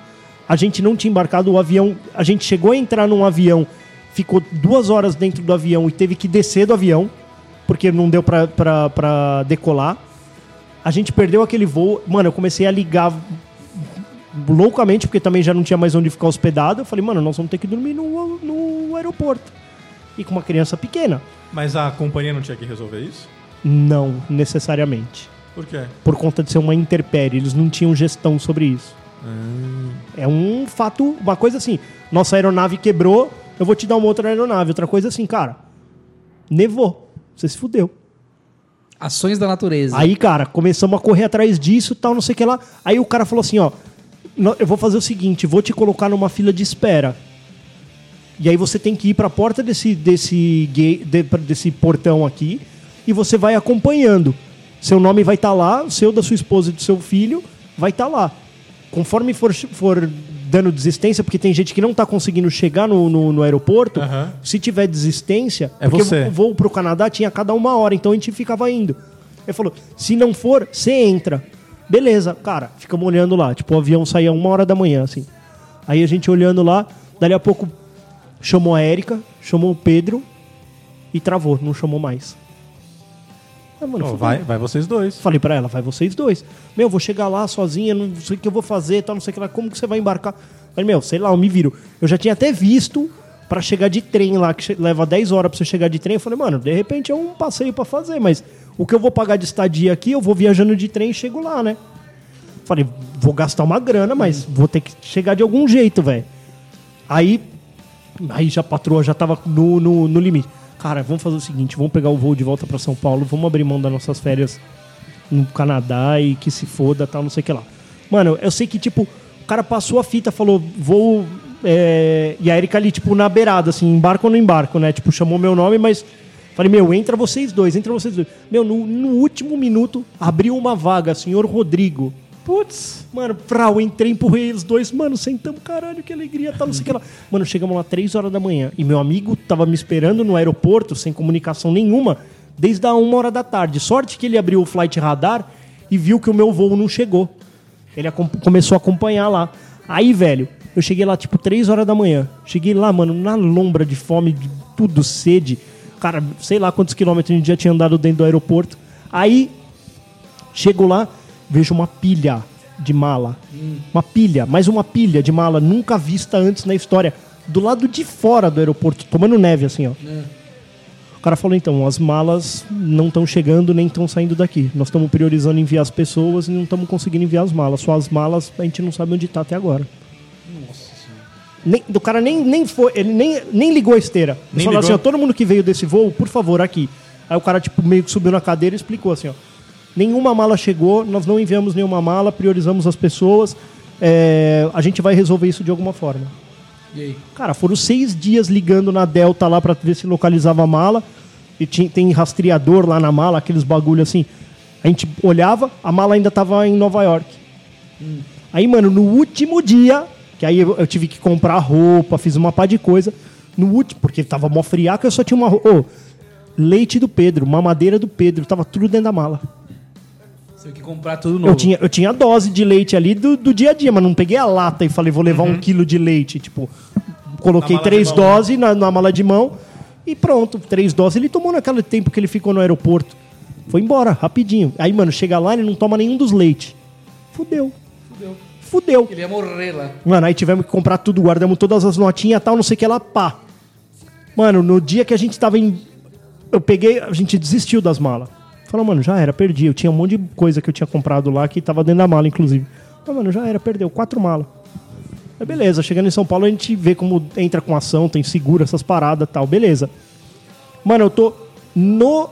S3: a gente não tinha embarcado, o avião. A gente chegou a entrar num avião, ficou duas horas dentro do avião e teve que descer do avião, porque não deu pra, pra, pra decolar. A gente perdeu aquele voo. Mano, eu comecei a ligar loucamente, porque também já não tinha mais onde ficar hospedado. Eu falei, mano, nós vamos ter que dormir no, no aeroporto. E com uma criança pequena.
S4: Mas a companhia não tinha que resolver isso?
S3: Não necessariamente.
S4: Por quê?
S3: Por conta de ser uma interpérie, eles não tinham gestão sobre isso. É um fato, uma coisa assim, nossa aeronave quebrou, eu vou te dar uma outra aeronave. Outra coisa assim, cara, nevou, você se fudeu.
S2: Ações da natureza.
S3: Aí, cara, começamos a correr atrás disso, tal, não sei o que lá. Aí o cara falou assim, ó, "Nó- eu vou fazer o seguinte, vou te colocar numa fila de espera. E aí você tem que ir pra porta desse desse gate, de- pra- desse portão aqui e você vai acompanhando. Seu nome vai estar lá, o seu da sua esposa e do seu filho vai estar lá. Conforme for, for dando desistência, porque tem gente que não tá conseguindo chegar no, no, no aeroporto,
S4: Aham.
S3: se tiver desistência,
S4: É
S3: porque
S4: você.
S3: o voo pro Canadá tinha cada uma hora, então a gente ficava indo. Ele falou: se não for, você entra. Beleza, cara, ficamos olhando lá. Tipo, o avião saía uma hora da manhã, assim. Aí a gente olhando lá, dali a pouco chamou a Érica, chamou o Pedro e travou, não chamou mais. Aí, mano,
S4: Pô,
S3: fudeu.
S4: vai, vai vocês dois.
S3: Falei pra ela, vai vocês dois. Meu, vou chegar lá sozinha, não sei o que eu vou fazer, tal, não sei o que lá. Como que você vai embarcar? Falei, meu, sei lá, eu me viro. Eu já tinha até visto pra chegar de trem lá, que che- leva 10 horas pra você chegar de trem. Eu falei, mano, de repente é um passeio pra fazer, mas o que eu vou pagar de estadia aqui, eu vou viajando de trem e chego lá, né? Falei, vou gastar uma grana, mas vou ter que chegar de algum jeito, velho. Aí, aí já a patroa já tava no, no, no limite. Cara, vamos fazer o seguinte, vamos pegar o voo de volta pra São Paulo, vamos abrir mão das nossas férias no Canadá e que se foda, tal, não sei o que lá. Mano, eu sei que, tipo, o cara passou a fita, falou, vou... é, E a Erika ali, tipo, na beirada, assim, embarco ou não embarco, né? Tipo, chamou meu nome, mas... Falei, meu, entra vocês dois, entra vocês dois. Meu, no, no último minuto, abriu uma vaga, senhor Rodrigo. Putz, mano, frau, entrei, empurrei eles dois. Mano, sentamos, caralho, que alegria, tal, não sei o que lá. Mano, chegamos lá três horas da manhã e meu amigo tava me esperando no aeroporto, sem comunicação nenhuma, desde a uma hora da tarde. Sorte que ele abriu o flight radar e viu que o meu voo não chegou. Ele acom- começou a acompanhar lá. Aí, velho, eu cheguei lá tipo três horas da manhã. Cheguei lá, mano, na lombra de fome, de tudo, sede. Cara, sei lá quantos quilômetros a gente já tinha andado dentro do aeroporto. Aí, Chego lá, vejo uma pilha de mala. Uma pilha, mais uma pilha de mala nunca vista antes na história. Do lado de fora do aeroporto, tomando neve assim, ó. O cara falou, então, as malas não estão chegando nem estão saindo daqui. Nós estamos priorizando enviar as pessoas e não estamos conseguindo enviar as malas. Só as malas a gente não sabe onde tá até agora. Nem, o cara nem, nem foi, ele nem, nem ligou a esteira. Ele falou assim, ó, todo mundo que veio desse voo, por favor, aqui. Aí o cara, tipo, meio que subiu na cadeira e explicou assim, ó. Nenhuma mala chegou, nós não enviamos nenhuma mala, priorizamos as pessoas. é, a gente vai resolver isso de alguma forma.
S2: E aí?
S3: Cara, foram seis dias ligando na Delta lá pra ver se localizava a mala. E tinha, tem rastreador lá na mala, aqueles bagulho assim. A gente olhava, a mala ainda tava em Nova York. Aí, mano, no último dia, que aí eu, eu tive que comprar roupa, fiz uma pá de coisa. No último, porque tava mó friaca, eu só tinha uma roupa. Ô, leite do Pedro, mamadeira do Pedro, tava tudo dentro da mala.
S2: Você tem que comprar tudo novo.
S3: Eu tinha, eu tinha a dose de leite ali do, do dia a dia, mas não peguei a lata e falei, vou levar um quilo de leite. Tipo, coloquei
S4: mala de
S3: três
S4: mão, né?
S3: doses na, na mala de mão e pronto, três doses. Ele tomou naquele tempo que ele ficou no aeroporto. Foi embora, rapidinho. Aí, mano, chega lá, ele não toma nenhum dos leites. Fudeu. Fudeu. Fudeu.
S2: Ele ia morrer lá.
S3: Mano, aí tivemos que comprar tudo, guardamos todas as notinhas e tal, não sei o que lá, pá. Mano, no dia que a gente tava em. Eu peguei, a gente desistiu das malas. Falou, mano, já era, perdi. Eu tinha um monte de coisa que eu tinha comprado lá que tava dentro da mala, inclusive. Então, mano, já era, perdeu. Quatro malas. Aí, É, beleza, chegando em São Paulo a gente vê como entra com ação, tem seguro, essas paradas e tal, beleza. Mano, eu tô no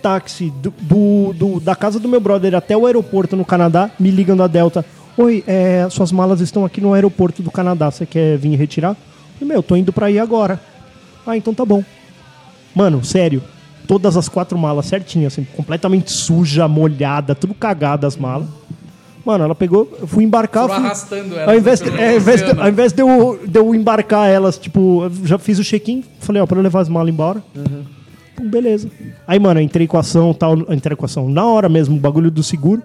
S3: táxi do, do- do- da casa do meu brother até o aeroporto no Canadá, me ligam da Delta. Oi, é, suas malas estão aqui no aeroporto do Canadá, você quer vir retirar? E, meu, tô indo pra aí agora. Ah, então tá bom. Mano, sério, todas as quatro malas certinhas, assim, completamente suja, molhada, tudo cagada as malas. Mano, ela pegou, eu fui embarcar.
S2: Foram
S3: fui-
S2: arrastando elas,
S3: Ao invés,
S2: né, pelo
S3: é, ao invés de,
S2: oceano.
S3: ao invés de, eu, de eu embarcar elas, tipo, eu já fiz o check-in, falei, ó, pra eu levar as malas embora.
S2: Uhum.
S3: Pum, beleza. Aí, mano, eu entrei com ação tal. eu Entrei com ação na hora mesmo, o bagulho do seguro.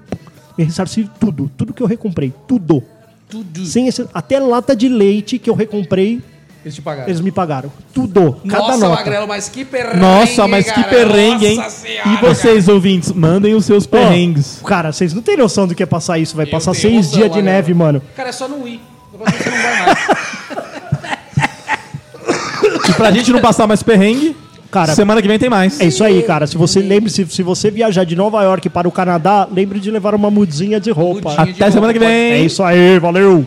S3: Me ressarci tudo, tudo que eu recomprei, tudo.
S2: Tudo.
S3: Sem exce- até lata de leite que eu recomprei,
S2: Eles te pagaram.
S3: eles me pagaram. Tudo, cada
S2: Nossa,
S3: nota.
S2: Magrelo, mas que perrengue,
S4: Nossa, mas
S2: cara.
S4: que perrengue, hein?
S2: Nossa senhora,
S4: e vocês, ouvintes, mandem os seus
S3: Ó,
S4: perrengues.
S3: Cara, vocês não têm noção do que é passar isso, vai
S2: Eu
S3: passar
S2: tenho
S3: seis
S2: noção,
S3: dias de
S2: Magrelo.
S3: neve, mano.
S2: Cara, é só não ir. Depois você não vai mais.
S4: E pra gente não passar mais perrengue,
S3: Cara,
S4: semana que vem tem mais.
S3: É isso aí, cara. Se você lembra, se, se você viajar de Nova York para o Canadá, lembre de levar uma mudinha de roupa.
S2: Mudinha.
S4: Até semana que vem.
S3: É isso aí, valeu!